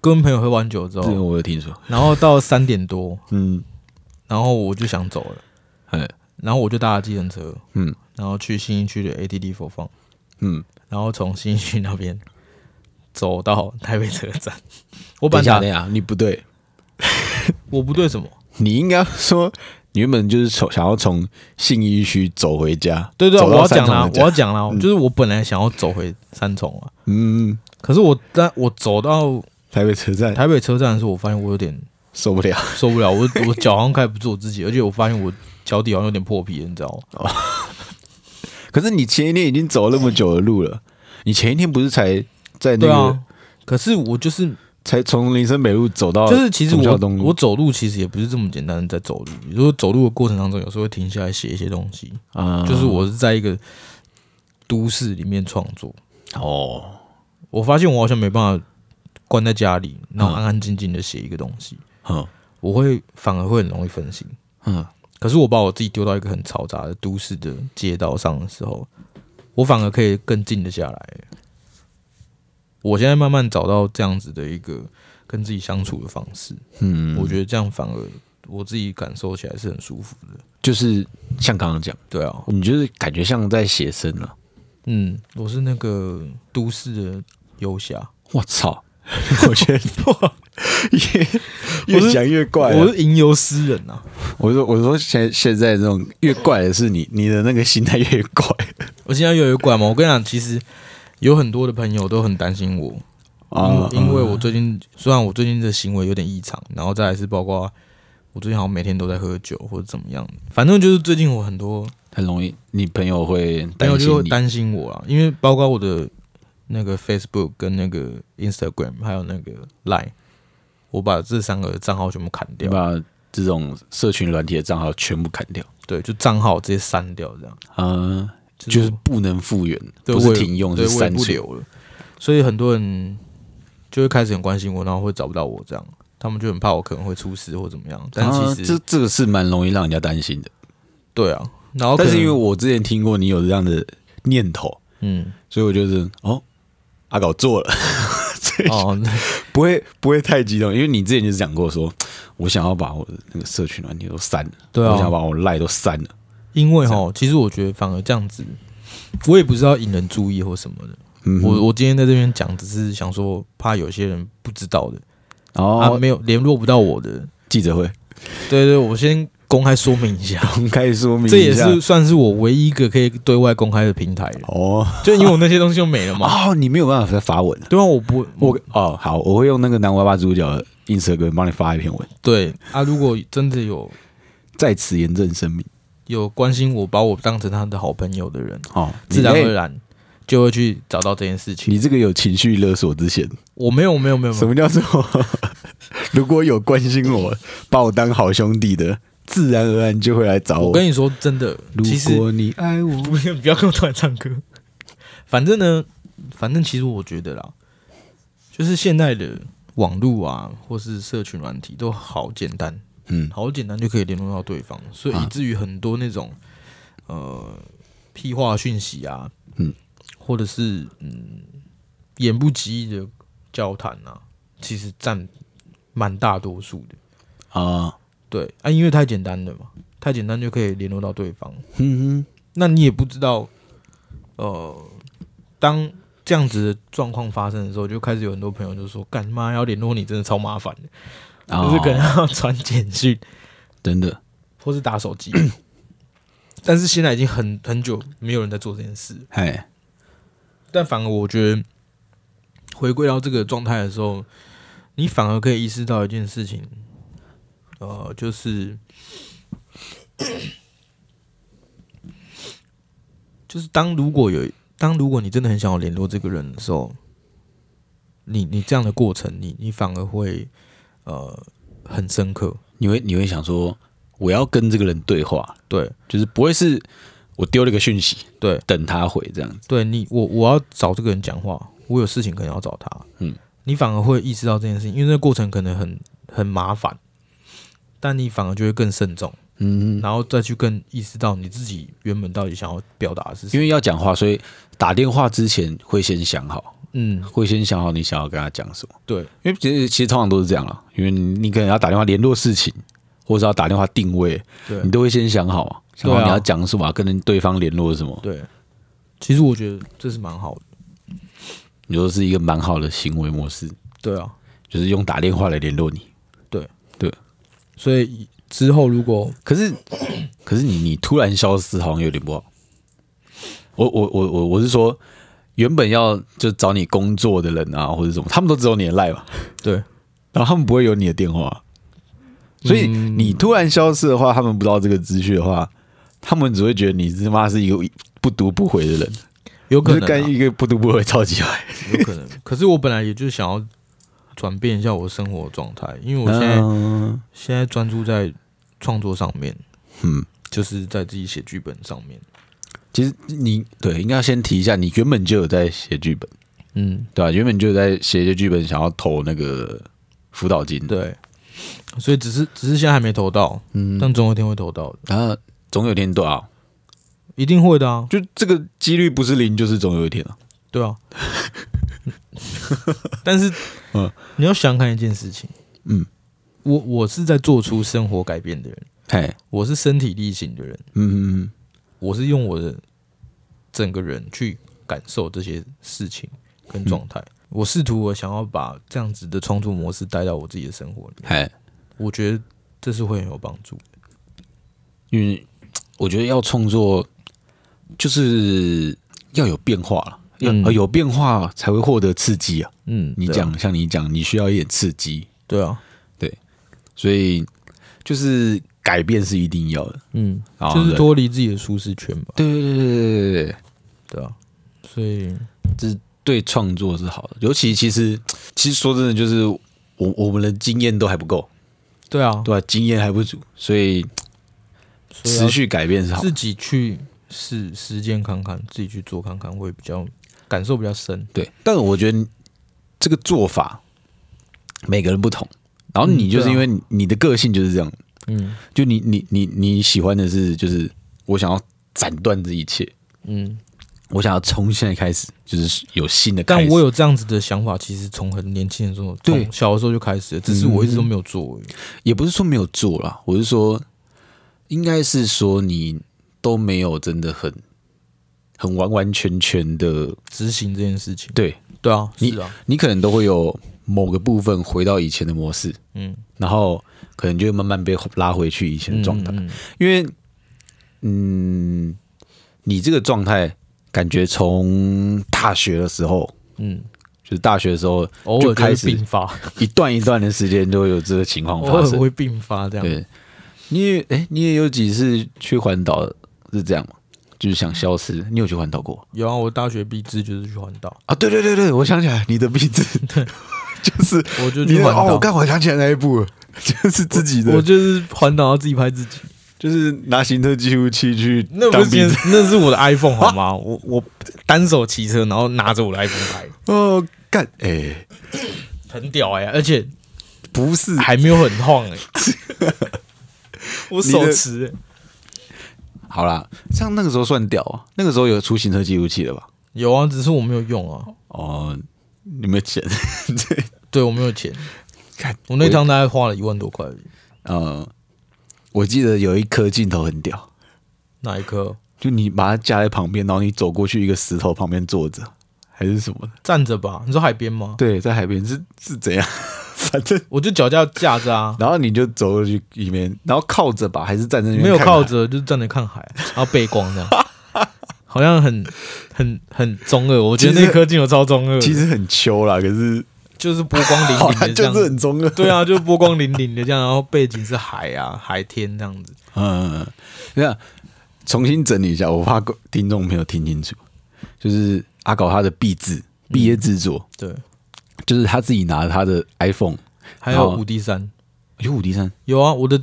Speaker 2: 跟朋友喝完酒之
Speaker 1: 这个
Speaker 2: 后，
Speaker 1: 我有听说，
Speaker 2: 然后到三点多，
Speaker 1: 嗯
Speaker 2: 然后我就想走了，
Speaker 1: 哎
Speaker 2: 然后我就搭了计程车，
Speaker 1: 嗯
Speaker 2: 然后去新一区的 ATD 佛放，
Speaker 1: 嗯，
Speaker 2: 然后从新一区那边走到台北车站。 我
Speaker 1: 等
Speaker 2: 本
Speaker 1: 一下
Speaker 2: 来
Speaker 1: 等一
Speaker 2: 打
Speaker 1: 下，你不对，
Speaker 2: 我不对什么？
Speaker 1: 你应该说你原本就是从想要从信义区走回家，
Speaker 2: 对对啊，
Speaker 1: 走
Speaker 2: 我
Speaker 1: 到
Speaker 2: 要讲
Speaker 1: 三
Speaker 2: 啦
Speaker 1: 重，的
Speaker 2: 我
Speaker 1: 家
Speaker 2: 要讲啦，就是我本来想要走回三重啊，
Speaker 1: 嗯，
Speaker 2: 可是我但我走到
Speaker 1: 台北车站
Speaker 2: 台北车站的时候，我发现我有点
Speaker 1: 受不了。
Speaker 2: 受不了，我 我脚好像开不住我自己，而且我发现我脚底好像有点破皮了，你知道吗？
Speaker 1: 可是你前一天已经走了那么久的路了，你前一天不是才在那
Speaker 2: 对
Speaker 1: 个、
Speaker 2: 啊，可是我就是
Speaker 1: 才从林森北路走到
Speaker 2: 就是其实
Speaker 1: 忠孝
Speaker 2: 我
Speaker 1: 哦东路
Speaker 2: 我走路其实也不是这么简单的在走路，如果走路的过程当中，有时候会停下来写一些东西，
Speaker 1: 啊
Speaker 2: 就是我是在一个都市里面创作，
Speaker 1: 哦，
Speaker 2: 我发现我好像没办法关在家里，然后安安静静的写一个东西，
Speaker 1: 嗯
Speaker 2: 我会反而会很容易分心。
Speaker 1: 嗯
Speaker 2: 可是我把我自己丢到一个很嘈杂的都市的街道上的时候，我反而可以更静得下来。我现在慢慢找到这样子的一个跟自己相处的方式，
Speaker 1: 嗯，
Speaker 2: 我觉得这样反而我自己感受起来是很舒服的。
Speaker 1: 就是像刚刚讲，
Speaker 2: 对啊，
Speaker 1: 你就是感觉像在写生啊了。
Speaker 2: 嗯，我是那个都市的游侠，
Speaker 1: 我操！ 我觉得越越
Speaker 2: 我是
Speaker 1: 讲越怪啊
Speaker 2: 我
Speaker 1: 了。
Speaker 2: 是吟游诗人啊呐、
Speaker 1: 我说我说现现在这种越怪的是你你的那个心态越怪
Speaker 2: 我现在越来越怪嘛，我跟你讲，其实有很多的朋友都很担心我，
Speaker 1: 啊，
Speaker 2: 嗯因因为我最近虽然我最近的行为有点异常，然后再来是包括我最近好像每天都在喝酒或者怎么样，反正就是最近我很多
Speaker 1: 很容易你朋友会
Speaker 2: 朋友
Speaker 1: 担
Speaker 2: 就
Speaker 1: 心
Speaker 2: 会
Speaker 1: 你
Speaker 2: 担心我啦，因为包括我的那个 Facebook 跟那个 Instagram 还有那个 Line，我把这三个账号全部砍
Speaker 1: 你
Speaker 2: 掉，
Speaker 1: 把这种社群软体的账号全部砍掉
Speaker 2: 对，就账号直接删掉这样，
Speaker 1: 啊。
Speaker 2: 就
Speaker 1: 就是不能复原，
Speaker 2: 对
Speaker 1: 不
Speaker 2: 我
Speaker 1: 是
Speaker 2: 也
Speaker 1: 停用，
Speaker 2: 对
Speaker 1: 是
Speaker 2: 我也
Speaker 1: 删
Speaker 2: 不
Speaker 1: 除。
Speaker 2: 留了，所以很多人就会开始很关心我，然后会找不到我这样。他们就很怕我可能会出事或怎么样，但其
Speaker 1: 啊
Speaker 2: 实、
Speaker 1: 这这个是蛮容易让人家担心的。
Speaker 2: 对啊，然后可
Speaker 1: 但
Speaker 2: 能
Speaker 1: 是因为我之前听过你有这样的念头，
Speaker 2: 嗯
Speaker 1: 所以我就是哦，阿搞做了，
Speaker 2: 哦，那
Speaker 1: 不会不会太激动，因为你之前就是讲过说，我想要把我的那个社群软体都删了，
Speaker 2: 对啊
Speaker 1: 我想要把我赖都删了，
Speaker 2: 因为哈，其实我觉得反而这样子，我也不是要引人注意或什么的。
Speaker 1: 嗯哼，
Speaker 2: 我我今天在这边讲，只是想说，怕有些人不知道的，
Speaker 1: 然后、
Speaker 2: 啊，没有联络不到我的。
Speaker 1: 哦记者 会
Speaker 2: 对对，我先公开说明一下，
Speaker 1: 公开说明一下，
Speaker 2: 这也是算是我唯一一个可以对外公开的平台了，
Speaker 1: 哦
Speaker 2: 就因为我那些东西就没了嘛。
Speaker 1: 哦，你没有办法再发文了，
Speaker 2: 对啊，我不
Speaker 1: 我哦好，我会用那个南娃娃主角的 Instagram 帮你发一篇文，
Speaker 2: 对啊，如果真的有
Speaker 1: 在此严正声明
Speaker 2: 有关心我，把我当成他的好朋友的人，
Speaker 1: 哦，你
Speaker 2: 自然而
Speaker 1: 哎
Speaker 2: 然就会去找到这件事情。
Speaker 1: 你这个有情绪勒索之嫌。
Speaker 2: 我没有没有没有没有
Speaker 1: 什么叫做 如果有关心我、把我当好兄弟的，自然而然就会来找我。
Speaker 2: 我跟你说，真的，
Speaker 1: 如
Speaker 2: 其实
Speaker 1: 果你爱我，
Speaker 2: 不 要不要跟我突然唱歌。反正呢，反正其实我觉得啦，就是现在的网络啊，或是社群软体都好简单，
Speaker 1: 嗯，
Speaker 2: 好简单就可以联络到对方，所以
Speaker 1: 啊
Speaker 2: 以至于很多那种呃屁话讯息啊，
Speaker 1: 嗯，
Speaker 2: 或者是嗯言不及义的交谈啊，其实占蛮大多数的。
Speaker 1: 啊，
Speaker 2: 对啊，因为太简单了嘛，太简单就可以联络到对方。
Speaker 1: 嗯
Speaker 2: 那你也不知道，呃，当这样子的状况发生的时候，就开始有很多朋友就说：“干妈要联络你，真的超麻烦的，
Speaker 1: 哼，啊
Speaker 2: 就是可能要传简讯
Speaker 1: 真的
Speaker 2: 或是打手机。” 但是现在已经很很久没有人在做这件事，
Speaker 1: 哎，
Speaker 2: 但反而我觉得回归到这个状态的时候，你反而可以意识到一件事情，呃，就是就是当如果有当如果你真的很想要联络这个人的时候，你你这样的过程，你你反而会呃很深刻，
Speaker 1: 你会你会想说，我要跟这个人对话，
Speaker 2: 对
Speaker 1: 就是不会是我丢了个讯息
Speaker 2: 对，
Speaker 1: 等他回这样子。
Speaker 2: 对你，我我要找这个人讲话，我有事情可能要找他。
Speaker 1: 嗯，
Speaker 2: 你反而会意识到这件事情，因为这个过程可能很很麻烦，但你反而就会更慎重，
Speaker 1: 嗯，
Speaker 2: 然后再去更意识到你自己原本到底想要表达的是什
Speaker 1: 因
Speaker 2: 么。
Speaker 1: 为要讲话，所以打电话之前会先想好，
Speaker 2: 嗯，
Speaker 1: 会先想好你想要跟他讲什么。
Speaker 2: 对
Speaker 1: 因为其实其实通常都是这样啦，因为你你可能要打电话联络事情，或者要打电话定位，你
Speaker 2: 对
Speaker 1: 都会先想好啊，想好
Speaker 2: 对啊
Speaker 1: 你要讲什么啊、跟对方联络什么。
Speaker 2: 对，其实我觉得这是蛮好的。
Speaker 1: 你说是一个蛮好的行为模式，
Speaker 2: 对啊，
Speaker 1: 就是用打电话来联络你。
Speaker 2: 所以之后如果
Speaker 1: 可是，可是你你突然消失，好像有点不好。我我我我我是说，原本要就找你工作的人啊，或者什么，他们都只有你的 line 嘛，
Speaker 2: 对
Speaker 1: 然后他们不会有你的电话，所以
Speaker 2: 嗯
Speaker 1: 你突然消失的话，他们不知道这个资讯的话，他们只会觉得你他妈是一个不读不回的人，
Speaker 2: 有
Speaker 1: 就
Speaker 2: 可
Speaker 1: 是
Speaker 2: 能啊、
Speaker 1: 干一个不读不回超级坏。
Speaker 2: 有可能，可是我本来也就想要转变一下我的生活状态，因为我现在。
Speaker 1: 嗯
Speaker 2: 现在专注在创作上面，
Speaker 1: 嗯，
Speaker 2: 就是在自己写剧本上面。
Speaker 1: 其实你对应该要先提一下，你原本就有在写剧本，
Speaker 2: 嗯，
Speaker 1: 对吧、原本就有在写一些剧本，想要投那个辅导金，
Speaker 2: 对，所以只是只是现在还没投到，
Speaker 1: 嗯
Speaker 2: 但总有一天会投到的，
Speaker 1: 然后啊总有一天多少？
Speaker 2: 一定会的啊，
Speaker 1: 就这个几率不是零，就是总有一天啊。
Speaker 2: 对啊。 但是，
Speaker 1: 嗯
Speaker 2: 你要想看一件事情，
Speaker 1: 嗯，
Speaker 2: 我我是在做出生活改变的人，
Speaker 1: 嘿，
Speaker 2: 我是身体力行的人，
Speaker 1: 嗯嗯
Speaker 2: 我是用我的整个人去感受这些事情跟状态。我试图我想要把这样子的创作模式带到我自己的生活里
Speaker 1: 嗯，嘿，
Speaker 2: 我觉得这是会很有帮助。
Speaker 1: 因为我觉得要创作，就是要有变化了，要、
Speaker 2: 嗯
Speaker 1: 呃有变化才会获得刺激啊。
Speaker 2: 嗯
Speaker 1: 你
Speaker 2: 对啊
Speaker 1: 讲、像你讲，你需要一点刺激，
Speaker 2: 对啊，
Speaker 1: 所以就是改变是一定要的。
Speaker 2: 嗯，
Speaker 1: 啊
Speaker 2: 就是脱离自己的舒适圈吧，
Speaker 1: 对对对对对对对，
Speaker 2: 对啊，所以
Speaker 1: 对创作是好的，尤其其实其实说真的，就是我我们的经验都还不够，
Speaker 2: 对啊，
Speaker 1: 对吧、经验还不足，所以
Speaker 2: 所以要
Speaker 1: 持续改变是好的
Speaker 2: 自。己去试实践看看，自己去做看看，会比较感受比较深。
Speaker 1: 对，但我觉得这个做法每个人不同，然后你
Speaker 2: 嗯
Speaker 1: 就是
Speaker 2: 对啊
Speaker 1: 因为你你的个性就是这样，
Speaker 2: 嗯
Speaker 1: 就你你你你喜欢的是就是我想要斩断这一切，
Speaker 2: 嗯，
Speaker 1: 我想要从现在开始就是有新的开
Speaker 2: 但
Speaker 1: 始。
Speaker 2: 我有这样子的想法，其实从很年轻的时候，
Speaker 1: 对嗯
Speaker 2: 从小的时候就开始了，只是我一直都没有做而已。
Speaker 1: 也不是说没有做啦，我是说应该是说你都没有真的很很完完全全的
Speaker 2: 执行这件事情，
Speaker 1: 对
Speaker 2: 对啊，
Speaker 1: 你
Speaker 2: 是啊，
Speaker 1: 你可能都会有某个部分回到以前的模式，
Speaker 2: 嗯，
Speaker 1: 然后可能就会慢慢被拉回去以前的状态。
Speaker 2: 嗯嗯
Speaker 1: 因为，嗯，你这个状态感觉从大学的时候，
Speaker 2: 嗯，
Speaker 1: 就是大学的时候，
Speaker 2: 偶尔就
Speaker 1: 开
Speaker 2: 会
Speaker 1: 始
Speaker 2: 并 发，
Speaker 1: 一段一段的时间都会有这个情况
Speaker 2: 偶
Speaker 1: 发
Speaker 2: 尔
Speaker 1: 生。
Speaker 2: 会并发这样。
Speaker 1: 对，你也哎、你也有几次去环岛是这样吗？就是想消失，你有去环岛过
Speaker 2: 有啊，我大学毕制就是去环岛，
Speaker 1: 啊？对对对对，我想起来，你的鼻子， 就是
Speaker 2: 我就
Speaker 1: 你
Speaker 2: 去
Speaker 1: 的
Speaker 2: 环
Speaker 1: 哦，
Speaker 2: 岛
Speaker 1: 我，刚好想起来那一部了， 就是自己
Speaker 2: 我
Speaker 1: 的，
Speaker 2: 就是环岛要自己拍自己，
Speaker 1: 就是拿行车记录器去
Speaker 2: 那不
Speaker 1: 当
Speaker 2: 是
Speaker 1: 鼻子，
Speaker 2: 那是我的 iPhone 好吗？ 我我单手骑车，然后拿着我的 iPhone 拍，
Speaker 1: 哦，干哎、
Speaker 2: 很屌哎、而且
Speaker 1: 不是
Speaker 2: 还没有很晃 哎、我手持、欸、
Speaker 1: 好啦，像那个时候算屌啊，那个时候有出行车记录器了吧？
Speaker 2: 有啊，只是我没有用啊，
Speaker 1: 哦，你没有钱？ 对，
Speaker 2: 对我没有钱，
Speaker 1: 看
Speaker 2: 我那趟大概花了一万多块而已，
Speaker 1: 呃，我记得有一颗镜头很屌，
Speaker 2: 哪一颗？
Speaker 1: 就你把它架在旁边，然后你走过去一个石头旁边坐着，还是什么的？
Speaker 2: 站着吧，你说海边吗？
Speaker 1: 对，在海边是是怎样？ 反正，
Speaker 2: 我就脚架架着啊，
Speaker 1: 然后你就走过去里面，然后靠着吧，还是站在那边
Speaker 2: 没有
Speaker 1: 看海啊
Speaker 2: 靠，着，就是站着看海，然后背光这样，好像很很很中二。我觉得那颗镜头超中二，
Speaker 1: 其实很秋啦，可是
Speaker 2: 就是波光
Speaker 1: 好
Speaker 2: 粼粼
Speaker 1: 啦，
Speaker 2: 的这
Speaker 1: 就
Speaker 2: 样
Speaker 1: 是
Speaker 2: 子。
Speaker 1: 很中二。
Speaker 2: 对啊，就是波光粼粼的这样，然后背景是海啊，海天这样子。
Speaker 1: 嗯，那重新整理一下，我怕听众朋友听清楚，就是阿搞他的毕制
Speaker 2: 嗯
Speaker 1: 毕业制作，
Speaker 2: 对，
Speaker 1: 就是他自己拿他的 iPhone，
Speaker 2: 还
Speaker 1: 然
Speaker 2: 有
Speaker 1: 后
Speaker 2: 五 D 三，
Speaker 1: 有五 D 三，
Speaker 2: 有啊，我的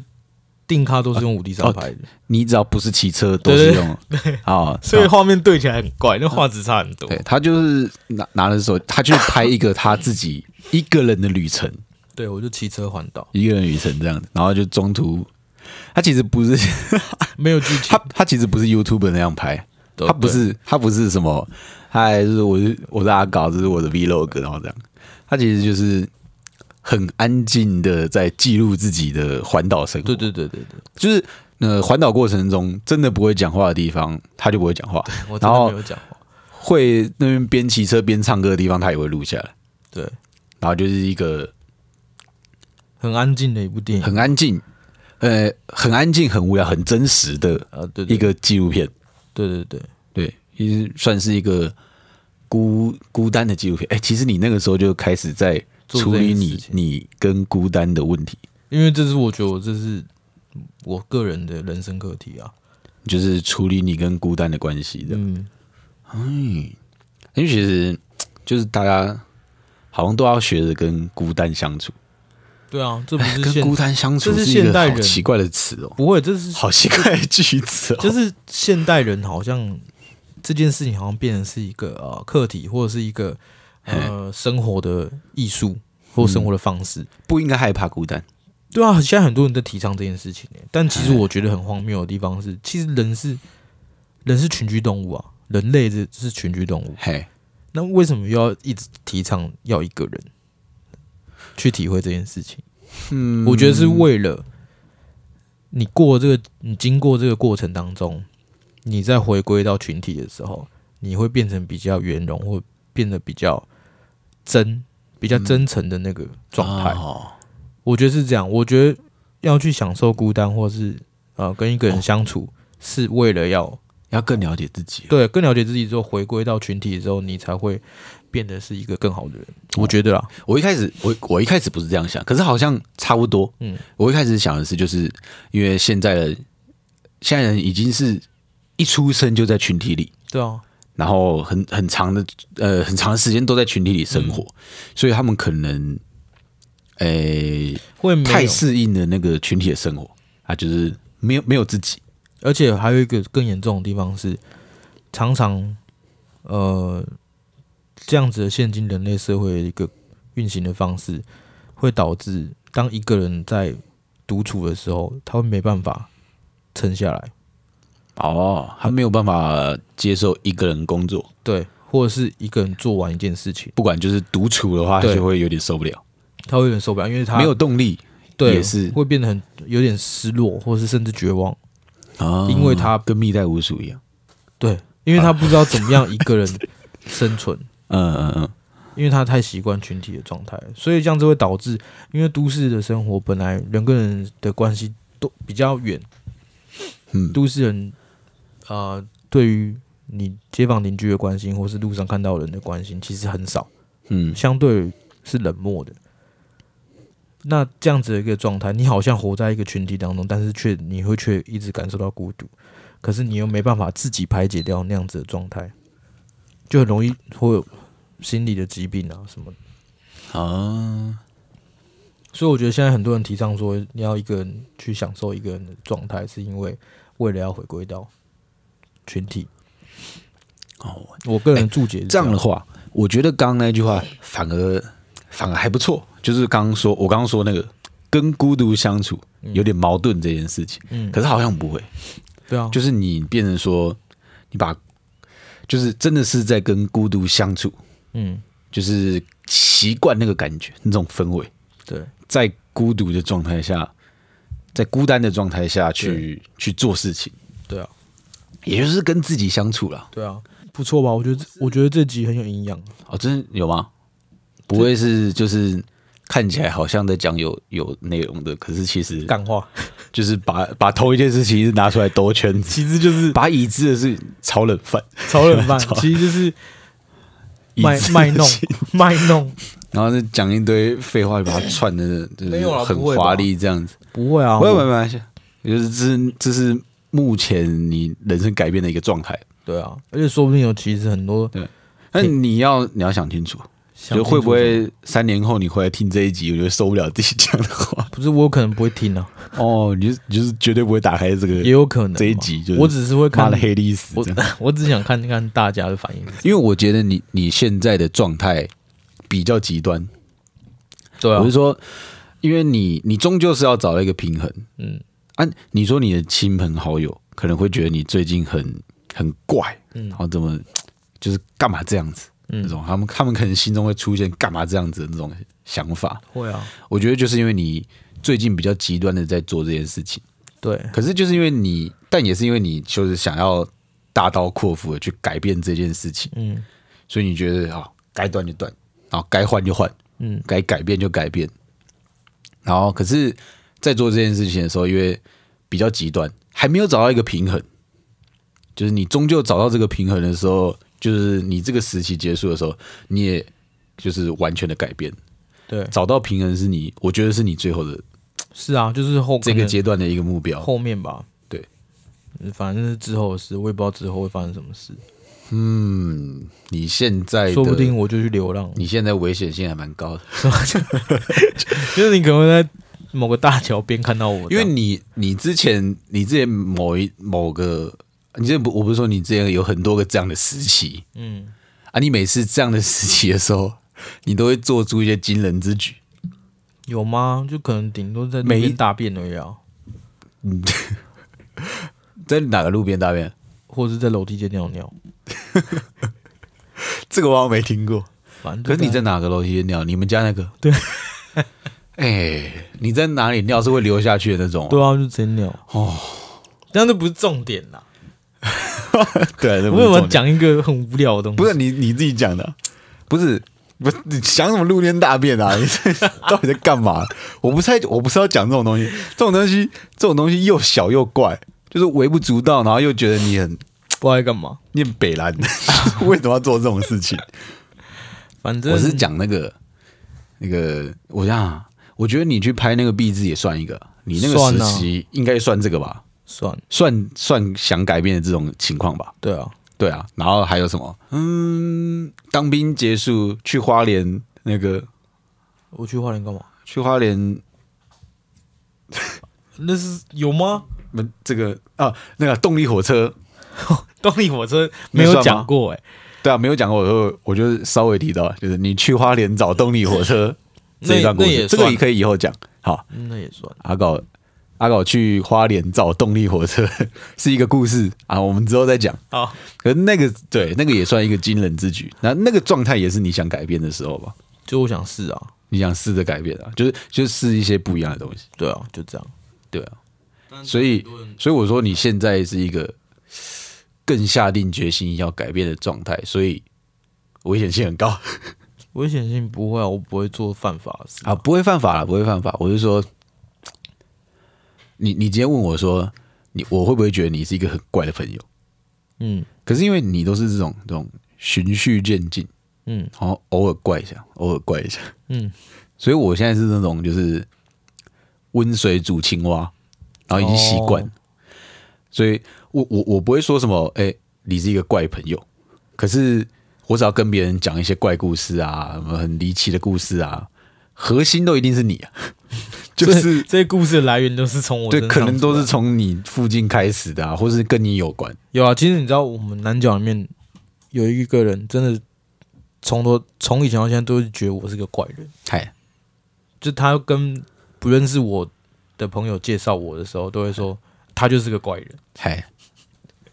Speaker 2: 定咖都是用五 D
Speaker 1: 哦
Speaker 2: 三拍的，
Speaker 1: 你只要不是骑车都是用 啊，
Speaker 2: 所以
Speaker 1: 然后
Speaker 2: 画面对起来很怪，那画质差很多。
Speaker 1: 哦对他就是拿拿着手，他去拍一个他自己一个人的旅程，
Speaker 2: 对，我就骑车环岛，
Speaker 1: 一个人旅程这样子，然后就中途。他其实不是，
Speaker 2: 没有剧情
Speaker 1: 他。他其实不是 YouTube 那样拍，
Speaker 2: 哦对
Speaker 1: 他不是他不是什么，嗨，就是我是我是阿搞，这是我的 vlog，然后这样，他其实就是很安静的在记录自己的环岛生活，
Speaker 2: 对，对对对对对，
Speaker 1: 就是呃环岛过程中真的不会讲话的地方，他就不会讲话，
Speaker 2: 我真
Speaker 1: 然
Speaker 2: 的
Speaker 1: 后
Speaker 2: 没有讲话。
Speaker 1: 会那边边骑车边唱歌的地方，他也会录下来，
Speaker 2: 对，
Speaker 1: 然后就是一个
Speaker 2: 很安静的一部电影。
Speaker 1: 很安静，呃，很安静、很无聊、很真实的
Speaker 2: 呃，对，对
Speaker 1: 一个纪录片，
Speaker 2: 对对对，
Speaker 1: 对，也是算是一个孤孤单的纪录片。哎、其实你那个时候就开始在
Speaker 2: 做
Speaker 1: 处
Speaker 2: 这
Speaker 1: 理
Speaker 2: 件事
Speaker 1: 你
Speaker 2: 情
Speaker 1: 你跟孤单的问题，
Speaker 2: 因为这是我觉得我这是我个人的人生课题啊。
Speaker 1: 就是处理你跟孤单的关系的。
Speaker 2: 嗯，
Speaker 1: 因为其实就是大家好像都要学着跟孤单相处，
Speaker 2: 对啊，这不
Speaker 1: 哎
Speaker 2: 是
Speaker 1: 跟
Speaker 2: 现
Speaker 1: 孤单相处
Speaker 2: 这是
Speaker 1: 一
Speaker 2: 现
Speaker 1: 个
Speaker 2: 代
Speaker 1: 好
Speaker 2: 人
Speaker 1: 奇怪的词哦、
Speaker 2: 不会，这 是
Speaker 1: 好奇怪的句子哦、
Speaker 2: 就是现代人好像这件事情好像变成是一个呃课题，或者是一个呃生活的艺术或生活的方式。
Speaker 1: 不应该害怕孤单。
Speaker 2: 对啊，现在很多人在提倡这件事情耶，但其实我觉得很荒谬的地方是，其实人是人是群居动物啊，人类是是群居动物，
Speaker 1: 嘿，
Speaker 2: 那为什么又要一直提倡要一个人去体会这件事情？
Speaker 1: 嗯
Speaker 2: 我觉得是为了你过这个，你经过这个过程当中，你再回归到群体的时候，你会变成比较圆融，或变得比较真、
Speaker 1: 嗯
Speaker 2: 比较真诚的那个状态。
Speaker 1: 哦
Speaker 2: 我觉得是这样。我觉得要去享受孤单，或是呃跟一个
Speaker 1: 哦
Speaker 2: 人相处，是为了要
Speaker 1: 要更了解自己。
Speaker 2: 对更了解自己之后，回归到群体之后，你才会变得是一个更好的人。
Speaker 1: 哦
Speaker 2: 我觉得啦，
Speaker 1: 我一开始我我一开始不是这样想，可是好像差不多。
Speaker 2: 嗯，
Speaker 1: 我一开始想的是，就是因为现在的现在人已经是一出生就在群体里，
Speaker 2: 对啊，
Speaker 1: 然后很很长的呃很长的时间都在群体里生活，所以他们可能诶、
Speaker 2: 会没
Speaker 1: 太
Speaker 2: 有，
Speaker 1: 适应了那个群体的生活啊，就是没有没有自己。
Speaker 2: 而且还有一个更严重的地方是，常常呃这样子的现今人类社会的一个运行的方式，会导致当一个人在独处的时候，他会没办法撑下来。
Speaker 1: 哦，他没有办法接受一个人工作，
Speaker 2: 对，或者是一个人做完一件事情，
Speaker 1: 不管就是独处的话，他
Speaker 2: 对
Speaker 1: 就会有点受不了，
Speaker 2: 他会有点受不了，因为他
Speaker 1: 没有动力
Speaker 2: 对
Speaker 1: 也是
Speaker 2: 会变得很有点失落，或是甚至绝望。
Speaker 1: 啊
Speaker 2: 因为他
Speaker 1: 跟蜜袋鼯鼠一样。
Speaker 2: 对，因为他不知道怎么样一个人生存，
Speaker 1: 嗯嗯嗯。
Speaker 2: 因为他太习惯群体的状态，所以这样子会导致，因为都市的生活本来人跟人的关系都比较远，
Speaker 1: 嗯
Speaker 2: 都市人呃对于你街坊邻居的关心，或是路上看到人的关心，其实很少。
Speaker 1: 嗯，
Speaker 2: 相对是冷漠的。那这样子的一个状态，你好像活在一个群体当中，但是却你会却一直感受到孤独，可是你又没办法自己排解掉那样子的状态，就很容易会有心理的疾病啊什么的。
Speaker 1: 啊，
Speaker 2: 所以我觉得现在很多人提倡说你要一个人去享受一个人的状态，是因为为了要回归到群体。
Speaker 1: 哦，
Speaker 2: 我个人注解是
Speaker 1: 这样
Speaker 2: 样
Speaker 1: 的话，我觉得刚刚那句话反而反而还不错，就是刚刚说我刚刚说那个跟孤独相处有点矛盾这件事情，
Speaker 2: 嗯
Speaker 1: 可，是好像不会，
Speaker 2: 对啊，
Speaker 1: 就是你变成说你把就是真的是在跟孤独相处，
Speaker 2: 嗯，
Speaker 1: 就是习惯那个感觉那种氛围，
Speaker 2: 对，
Speaker 1: 在孤独的状态下，在孤单的状态下去去做事情，
Speaker 2: 对啊。
Speaker 1: 也就是跟自己相处了。
Speaker 2: 对啊，不错吧？我觉得我觉得这集很有营养。
Speaker 1: 哦，真的有吗？不会是就是看起来好像在讲有有内容的，可是其实
Speaker 2: 干话，
Speaker 1: 就是把把同一件事情一直拿出来兜圈子，
Speaker 2: 其实就是
Speaker 1: 把已知的事炒冷饭，
Speaker 2: 炒冷饭
Speaker 1: 炒，
Speaker 2: 其 实就是
Speaker 1: 已
Speaker 2: 卖
Speaker 1: 知的
Speaker 2: 卖弄
Speaker 1: 事情
Speaker 2: 卖弄，
Speaker 1: 然后再讲一堆废话，把它串的，就是
Speaker 2: 没有啦
Speaker 1: 很
Speaker 2: 不会吧
Speaker 1: 华丽这样子。
Speaker 2: 不会啊，
Speaker 1: 不会，不
Speaker 2: 我
Speaker 1: 会，不会，就是这这是目前你人生改变的一个状态。
Speaker 2: 对啊，而且说不定有其实很多
Speaker 1: 但你要你要想清楚，
Speaker 2: 想
Speaker 1: 就
Speaker 2: 清楚。
Speaker 1: 会不会三年后你回来听这一集，我就受不了自己讲的话
Speaker 2: 不是我可能不会听啊，
Speaker 1: 哦，你就是你就是绝对不会打开这
Speaker 2: 也
Speaker 1: 个
Speaker 2: 有可能嘛
Speaker 1: 这一集就是
Speaker 2: 我只是会
Speaker 1: 妈
Speaker 2: 看
Speaker 1: 的黑历史
Speaker 2: 我
Speaker 1: 这样，
Speaker 2: 我只想看看大家的反应。
Speaker 1: 因为我觉得你你现在的状态比较极端，
Speaker 2: 对啊
Speaker 1: 我是，说，因为你你终究是要找到一个平衡。
Speaker 2: 嗯，
Speaker 1: 啊，你说你的亲朋好友可能会觉得你最近很很怪，
Speaker 2: 嗯
Speaker 1: 然后怎么就是干嘛这样子，那
Speaker 2: 嗯，
Speaker 1: 种他们他们可能心中会出现干嘛这样子的那种想法。
Speaker 2: 会啊，
Speaker 1: 我觉得就是因为你最近比较极端的在做这件事情，
Speaker 2: 对，
Speaker 1: 可是就是因为你，但也是因为你就是想要大刀阔斧的去改变这件事情，
Speaker 2: 嗯
Speaker 1: 所以你觉得啊，该断就断，然后该换就换，
Speaker 2: 嗯，
Speaker 1: 该改变就改变。然后可是，在做这件事情的时候，因为比较极端，还没有找到一个平衡。就是你终究找到这个平衡的时候，就是你这个时期结束的时候，你也就是完全的改变。
Speaker 2: 对，
Speaker 1: 找到平衡是你，我觉得是你最后的
Speaker 2: 是啊，就是后
Speaker 1: 这
Speaker 2: 可
Speaker 1: 个
Speaker 2: 能
Speaker 1: 阶段的一个目标。
Speaker 2: 后面吧，
Speaker 1: 对
Speaker 2: 嗯，反正是之后的事，我也不知道之后会发生什么事，
Speaker 1: 嗯，你现在的
Speaker 2: 说不定我就去流浪了，
Speaker 1: 你现在危险性还蛮高的，
Speaker 2: 就是你可能会在某个大桥边看到我这
Speaker 1: 因
Speaker 2: 样，
Speaker 1: 为你你之前你之前某一某个，你之前不我不是说你之前有很多个这样的时期，
Speaker 2: 嗯，
Speaker 1: 啊，你每次这样的时期的时候，你都会做出一些惊人之举。
Speaker 2: 有吗？就可能顶多在那
Speaker 1: 每一
Speaker 2: 边大便而已啊，
Speaker 1: 嗯，在哪个路边大便？
Speaker 2: 或者是在楼梯间尿尿，
Speaker 1: 这个我好像没听过。
Speaker 2: 反正就
Speaker 1: 可是你
Speaker 2: 在
Speaker 1: 在哪个楼梯间尿？你们家那个？
Speaker 2: 对。
Speaker 1: 哎、你在哪里尿是会流下去的那种、
Speaker 2: 对啊，就直接尿
Speaker 1: 哦，
Speaker 2: 这样就不是重点啦。
Speaker 1: 对，对，
Speaker 2: 我为什么
Speaker 1: 重点？
Speaker 2: 讲一个很无聊的东西？
Speaker 1: 不是你你自己讲的啊，不是不是你想什么路边大便啊？你 这到底在干嘛？我不是在我不是要讲这种东西，这种东西这种东西又小又怪，就是微不足道，然后又觉得你很
Speaker 2: 不知道在干嘛，
Speaker 1: 念北兰， 为什么要做这种事情？
Speaker 2: 反正
Speaker 1: 我是讲那个那个，我想想，我觉得你去拍那个壁纸也算一个，你那
Speaker 2: 算
Speaker 1: 个
Speaker 2: 啊
Speaker 1: 时期应该算这个吧，
Speaker 2: 算了，
Speaker 1: 算算想改变的这种情况吧。
Speaker 2: 对啊，
Speaker 1: 对啊，然后还有什么？嗯，当兵结束去花莲那个
Speaker 2: 我去花莲干嘛？
Speaker 1: 去花莲，
Speaker 2: 那是有 吗？
Speaker 1: 不这个啊那个动力火车，
Speaker 2: 动力火车
Speaker 1: 那
Speaker 2: 没有
Speaker 1: 算吗
Speaker 2: 讲过哎、
Speaker 1: 对啊，没有讲过，我就我就稍微提到，就是你去花莲找动力火车
Speaker 2: 那
Speaker 1: 这一段故
Speaker 2: 那也
Speaker 1: 事，这个
Speaker 2: 算
Speaker 1: 也可以以后讲。好，
Speaker 2: 嗯那也算。
Speaker 1: 阿搞阿搞去花莲找动力火车 是一个故事啊，我们之后再讲。
Speaker 2: 好，
Speaker 1: 可是那个对那个也算一个惊人之举，那那个状态也是你想改变的时候吧？
Speaker 2: 就我想试啊，
Speaker 1: 你想试着改变啊，就是就是试一些不一样的东西，
Speaker 2: 对啊，就这样。
Speaker 1: 对啊。所以所以我说你现在是一个更下定决心要改变的状态，所以危险性很高
Speaker 2: 危险性不会啊，我不会做犯法的事
Speaker 1: 啊，不会犯法了，不会犯法。我是说，你你今天问我说你我会不会觉得你是一个很怪的朋友？
Speaker 2: 嗯
Speaker 1: 可是因为你都是这种这种循序渐进，
Speaker 2: 嗯
Speaker 1: 然后偶尔怪一下，偶尔怪一下，
Speaker 2: 嗯，
Speaker 1: 所以我现在是那种就是温水煮青蛙，然后已经习惯，
Speaker 2: 哦
Speaker 1: 所以我我我不会说什么，哎、你是一个怪朋友，可是我只要跟别人讲一些怪故事啊，什么很离奇的故事啊，核心都一定是你、 啊，就是
Speaker 2: 这这些故事的来源都是从我
Speaker 1: 对，
Speaker 2: 身上
Speaker 1: 可能都
Speaker 2: 出
Speaker 1: 是
Speaker 2: 来
Speaker 1: 从你附近开始的啊，或是跟你有关。
Speaker 2: 有啊。其实你知道，我们南角里面有一个人，真的从头从以前到现在都是觉得我是个怪人。
Speaker 1: 嗨，
Speaker 2: 就他跟不认识我的朋友介绍我的时候，都会说他就是个怪人。
Speaker 1: 嗨，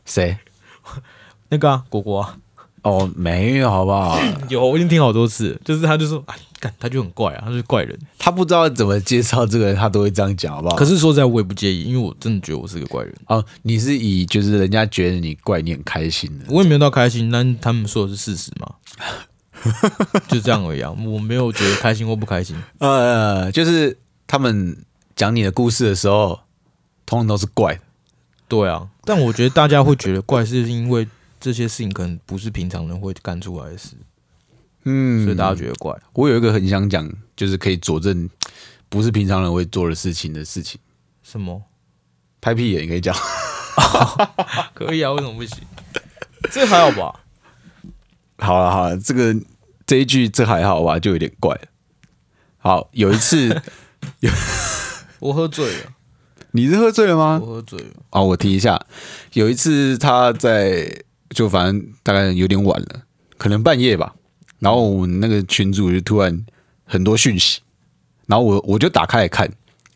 Speaker 1: 谁？
Speaker 2: 那个啊，果果啊，
Speaker 1: 哦，没有，好不好？
Speaker 2: 有我已经听好多次了，就是他就说，哎，干他就很怪啊，他就是怪人。
Speaker 1: 他不知道怎么介绍这个人，他都会这样讲，好不好？
Speaker 2: 可是说实在，我也不介意，因为我真的觉得我是个怪人，
Speaker 1: 哦，你是以就是人家觉得你怪你很开心的，
Speaker 2: 我也没有到开心，但他们说的是事实 嘛，就这样而已啊，我没有觉得开心或不开心。
Speaker 1: 呃，就是他们讲你的故事的时候，通常都是怪的。
Speaker 2: 对啊，但我觉得大家会觉得怪，是因为这些事情可能不是平常人会干出来的事，
Speaker 1: 嗯
Speaker 2: 所以大家觉得怪。
Speaker 1: 我有一个很想讲，就是可以佐证不是平常人会做的事情的事情，
Speaker 2: 什么？
Speaker 1: 拍屁眼也可 以讲。
Speaker 2: 可以啊，为什么不行？这还好吧？
Speaker 1: 好了好了，这个这一句这还好吧，就有点怪了。好，有一 次
Speaker 2: 我喝醉了，
Speaker 1: 你是喝醉了吗
Speaker 2: 我？喝醉了。
Speaker 1: 哦，我提一下，有一次他在就反正大概有点晚了，可能半夜吧。然后我们那个群主就突然很多讯息，然后我我就打开来看，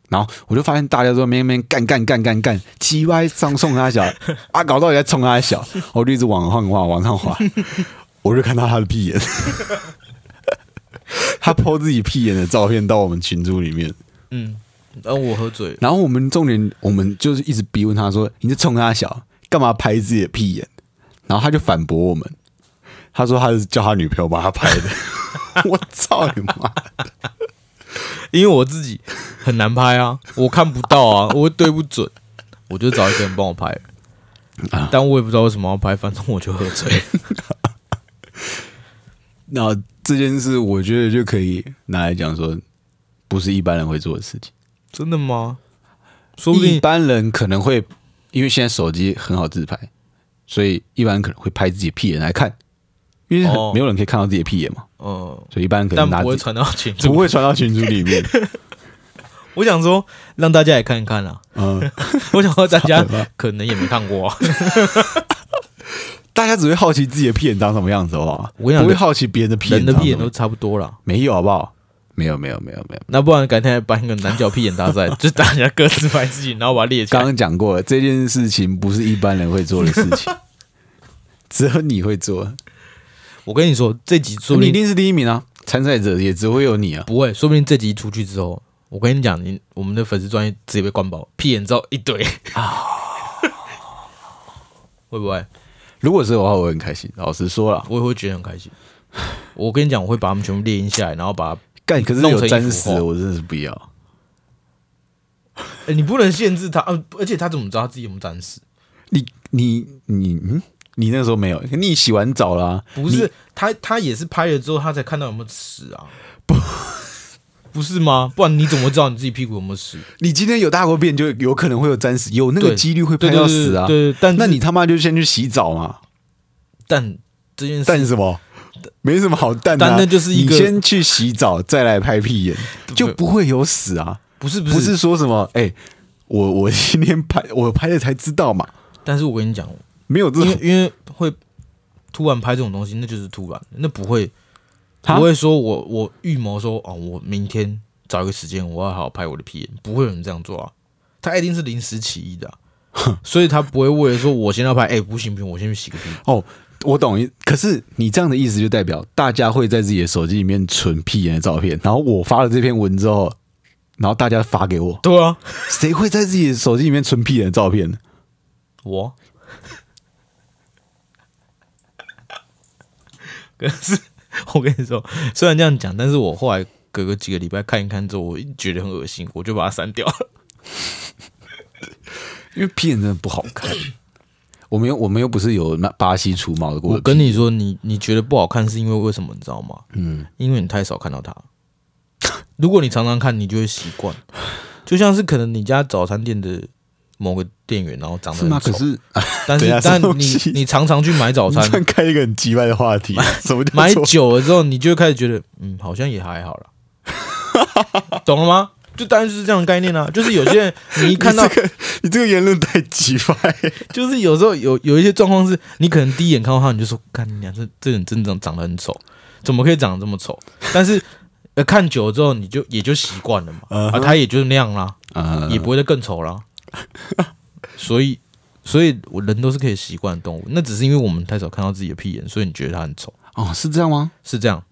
Speaker 1: 然后我就发现大家都在面面干干干干干，七歪上冲他小啊，搞到底在冲他小，我就一直往上滑往上滑，我就看到他的屁眼， 他抛自己屁眼的照片到我们群组里面，
Speaker 2: 嗯，然后我喝醉了，
Speaker 1: 然后我们重点，我们就是一直逼问他说：“你是冲他小，干嘛拍自己的屁眼？”然后他就反驳我们，他说他是叫他女朋友帮他拍的。 我操你妈！
Speaker 2: 因为我自己很难拍 啊，我看不到啊，我对不准，我就找一个人帮我拍了
Speaker 1: 啊
Speaker 2: 但我也不知道为什么要拍，反正我就喝醉 了。
Speaker 1: 那这件事，我觉得就可以拿来讲说，不是一般人会做的事情。
Speaker 2: 真的吗？说不
Speaker 1: 一
Speaker 2: 定
Speaker 1: 般人可能会，因为现在手机很好自拍，所以一般人可能会拍自己的屁眼来看，因为很
Speaker 2: 哦
Speaker 1: 没有人可以看到自己的屁眼嘛，
Speaker 2: 呃，
Speaker 1: 所以一般人可
Speaker 2: 但
Speaker 1: 能拿
Speaker 2: 不会
Speaker 1: 自己
Speaker 2: 传到群
Speaker 1: 不
Speaker 2: 组。
Speaker 1: 会传到群组里面。
Speaker 2: 我想说，让大家也看一看 啊。
Speaker 1: 嗯。
Speaker 2: 我想说，大家可能也没看 过、啊。
Speaker 1: 大家只会好奇自己的屁眼长什么样子，好不好？
Speaker 2: 我跟你讲
Speaker 1: 不会好奇别人的屁
Speaker 2: 人
Speaker 1: 眼
Speaker 2: 的
Speaker 1: 长
Speaker 2: 屁
Speaker 1: 什
Speaker 2: 眼都
Speaker 1: 么，
Speaker 2: 差不多啦。
Speaker 1: 没有，好不好？没有，没有，没有，没有。
Speaker 2: 那不然改天来办一个男角屁眼大赛， 就大家各自拍自己，然后把它列起
Speaker 1: 刚
Speaker 2: 来。
Speaker 1: 刚讲过了，这件事情不是一般人会做的事 情，只有你会做，
Speaker 2: 我跟你说，这集说不
Speaker 1: 你一
Speaker 2: 定
Speaker 1: 定是第一名啊！参赛者也只会有你啊！
Speaker 2: 不会，说不定这集出去之后，我跟你讲，你我们的粉丝专业直接被灌爆，屁眼照一堆
Speaker 1: 啊
Speaker 2: 会不会？
Speaker 1: 如果是我的话，我会很开心。老实说了，
Speaker 2: 我也会觉得很开心。我跟你讲，我会把他们全部列印下来，然后把它。
Speaker 1: 干可是
Speaker 2: 弄
Speaker 1: 有
Speaker 2: 成一
Speaker 1: 沾
Speaker 2: 幅
Speaker 1: 死
Speaker 2: 画
Speaker 1: 的，我真的是不要。
Speaker 2: 哎你不能限制他，啊而且他怎么知道他自己有没有沾湿？
Speaker 1: 你你你嗯，你那时候没有，你洗完澡啦、
Speaker 2: 不是他，他也是拍了之后，他才看到有没有屎啊？不，不是吗？不然你怎么会知道你自己屁股有没有屎？
Speaker 1: 你今天有大过便，就有可能会有沾死，有那个
Speaker 2: 对
Speaker 1: 几率会
Speaker 2: 对
Speaker 1: 拍到死啊！
Speaker 2: 对对对对但是
Speaker 1: 那你他妈就先去洗澡嘛！
Speaker 2: 但这件事，
Speaker 1: 淡什么？没什么好淡的、啊，
Speaker 2: 淡的就是一个
Speaker 1: 你先去洗澡，再来拍屁眼，就不会有屎啊！
Speaker 2: 不是不
Speaker 1: 不
Speaker 2: 是
Speaker 1: 是说什么哎、我我今天拍我拍了才知道嘛，
Speaker 2: 但是我跟你讲，
Speaker 1: 没有这
Speaker 2: 因为
Speaker 1: 种
Speaker 2: 因为会突然拍这种东西，那就是突然，那不会
Speaker 1: 哈
Speaker 2: 不会说我我预谋说哦，我明天找一个时间我要好好拍我的屁眼，不会有人这样做啊，他一定是临时起意 的啊、所以他不会为了说我先要拍，哎、不行不行，我先去洗个屁，
Speaker 1: 哦。我懂，可是你这样的意思就代表大家会在自己的手机里面存屁眼的照片，然后我发了这篇文之后，然后大家发给我，
Speaker 2: 对啊，
Speaker 1: 谁会在自己的手机里面存屁眼的照片呢？
Speaker 2: 我。 可是我跟你说，虽然这样讲，但是我后来隔个几个礼拜看一看之后，我觉得很恶心，我就把它删掉了。
Speaker 1: 因为屁眼真的不好看。我们又我们又不是有那巴西除毛的过
Speaker 2: 我
Speaker 1: 程，
Speaker 2: 跟你说，你你觉得不好看是因为为什么？你知道吗？
Speaker 1: 嗯，
Speaker 2: 因为你太少看到它。 如果你常常看，你就会习惯。就像是可能你家早餐店的某个店员，然后长
Speaker 1: 是
Speaker 2: 得
Speaker 1: 吗？
Speaker 2: 很
Speaker 1: 可
Speaker 2: 丑，
Speaker 1: 是等
Speaker 2: 但
Speaker 1: 一
Speaker 2: 是
Speaker 1: 下什
Speaker 2: 但
Speaker 1: 么东
Speaker 2: 你
Speaker 1: 西
Speaker 2: 你常常去买早
Speaker 1: 你
Speaker 2: 餐，
Speaker 1: 这样开一个很奇怪的话题，什么叫
Speaker 2: 买
Speaker 1: 做
Speaker 2: 久了之后，你就会开始觉得，嗯，好像也还好啦， 懂了吗？就当然就是这样的概念啊，就是有些人你一看到
Speaker 1: 你，这个，你这个言论太奇怪。
Speaker 2: 就是有时候有有一些状况是，你可能第一眼看到他，你就说，看你啊娘这这人真的长得很丑，怎么可以长得这么丑？但是呃，看久了之后，你就也就习惯了嘛，
Speaker 1: 嗯
Speaker 2: 啊，
Speaker 1: 哼
Speaker 2: 他也就是那样啦，
Speaker 1: 啊
Speaker 2: 也不会再更 丑啦。所以，所以我人都是可以习惯的动物，那只是因为我们太少看到自己的屁眼，所以你觉得他很丑。
Speaker 1: 哦，是这样吗？
Speaker 2: 啊是这样。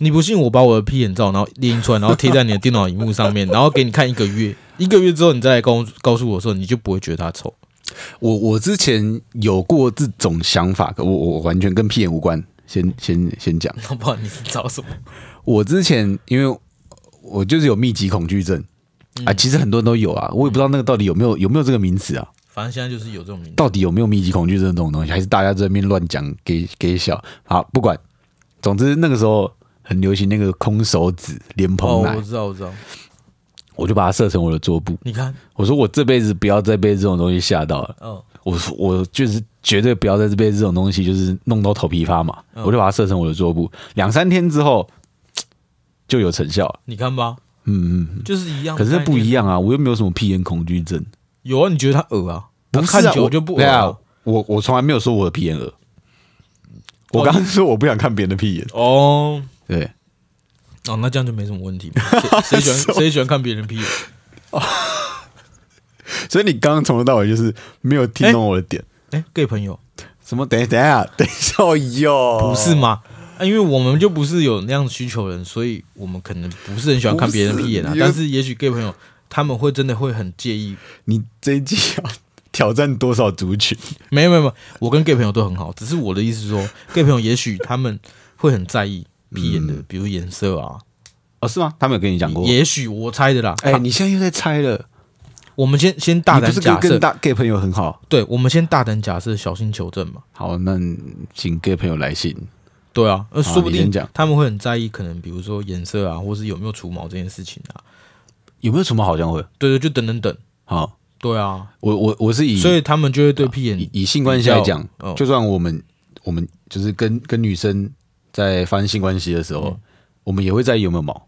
Speaker 2: 你不信？我把我的屁眼照，然后列印出来，然后贴在你的电脑荧幕上面，然后给你看一个月。一个月之后，你再来告诉告诉我的时候，你就不会觉得它丑。
Speaker 1: 我我之前有过这种想法，可我我我完全跟屁眼无关。先先先讲，
Speaker 2: 那不然你是找什么？
Speaker 1: 我之前因为我就是有密集恐惧症，
Speaker 2: 嗯
Speaker 1: 啊，其实很多人都有啊，我也不知道那个到底有没有有没有这个名词啊，
Speaker 2: 反正现在就是有这种名字，
Speaker 1: 到底有没有密集恐惧症这种东西，还是大家在那边乱讲给给小好不管，总之那个时候很流行那个空手指莲
Speaker 2: 哦
Speaker 1: 蓬，奶，
Speaker 2: 我知道，我知道，
Speaker 1: 我就把它设成我的桌布，
Speaker 2: 你看，
Speaker 1: 我说我这辈子不要再被这种东西吓到了。
Speaker 2: 哦，
Speaker 1: 我说我就是绝对不要在这边这种东西，就是弄到头皮发麻，
Speaker 2: 嗯
Speaker 1: 我就把它设成我的桌布。两三天之后就有成效了，
Speaker 2: 你看吧，
Speaker 1: 嗯嗯。
Speaker 2: 就是一样，
Speaker 1: 可是那不一
Speaker 2: 样，
Speaker 1: 样啊，我又没有什么屁眼恐惧症，
Speaker 2: 有啊，你觉得他恶啊？
Speaker 1: 不
Speaker 2: 他
Speaker 1: 是啊
Speaker 2: 看久
Speaker 1: 我
Speaker 2: 就不恶
Speaker 1: 对啊
Speaker 2: 了，
Speaker 1: 我我从来没有说我的屁眼恶。我刚刚说我不想看别人的屁眼，
Speaker 2: 哦。
Speaker 1: 对，
Speaker 2: 哦，那这样就没什么问题嘛。 谁谁喜欢谁喜欢看别人屁眼？
Speaker 1: 所以你刚刚从头到尾就是没有听懂我的点。
Speaker 2: 哎、g a y 朋友
Speaker 1: 什么？等一等一下，等一 下哦哟，
Speaker 2: 不是吗？啊，因为我们就不是有那样的需求的人，所以我们可能不是很喜欢看别人屁眼啊
Speaker 1: 不。是
Speaker 2: 但是也许 gay 朋友他们会真的会很介意。
Speaker 1: 你这一季要挑战多少族群？
Speaker 2: 没有没有没有，我跟 gay 朋友都很好，只是我的意思是说，gay 朋友也许他们会很在意屁眼的，
Speaker 1: 嗯
Speaker 2: 比如颜色啊。
Speaker 1: 哦，是吗？他们有跟你讲过？
Speaker 2: 也许我猜的啦。
Speaker 1: 哎、
Speaker 2: 哎、
Speaker 1: 你现在又在猜了。
Speaker 2: 我们先先大
Speaker 1: 你不
Speaker 2: 胆
Speaker 1: 是
Speaker 2: 假
Speaker 1: 跟
Speaker 2: 设
Speaker 1: 跟，大 gay 朋友很好？
Speaker 2: 对，我们先大胆假设，小心求证嘛。
Speaker 1: 好，那请 gay 朋友来信。
Speaker 2: 对啊，那
Speaker 1: 好
Speaker 2: 说不
Speaker 1: 你
Speaker 2: 定
Speaker 1: 先讲
Speaker 2: 他们会很在意，可能比如说颜色啊，或是有没有除毛这件事情啊。
Speaker 1: 有没有什么好像会？
Speaker 2: 对对，就等等等。
Speaker 1: 好，
Speaker 2: 对啊，
Speaker 1: 我我我是以啊嗯
Speaker 2: 所以他们就会对屁眼
Speaker 1: 以以性关系来讲
Speaker 2: 比，较哦
Speaker 1: 就算我们我们就是跟跟女生在发生性关系的时候，我们也会在意有没有毛。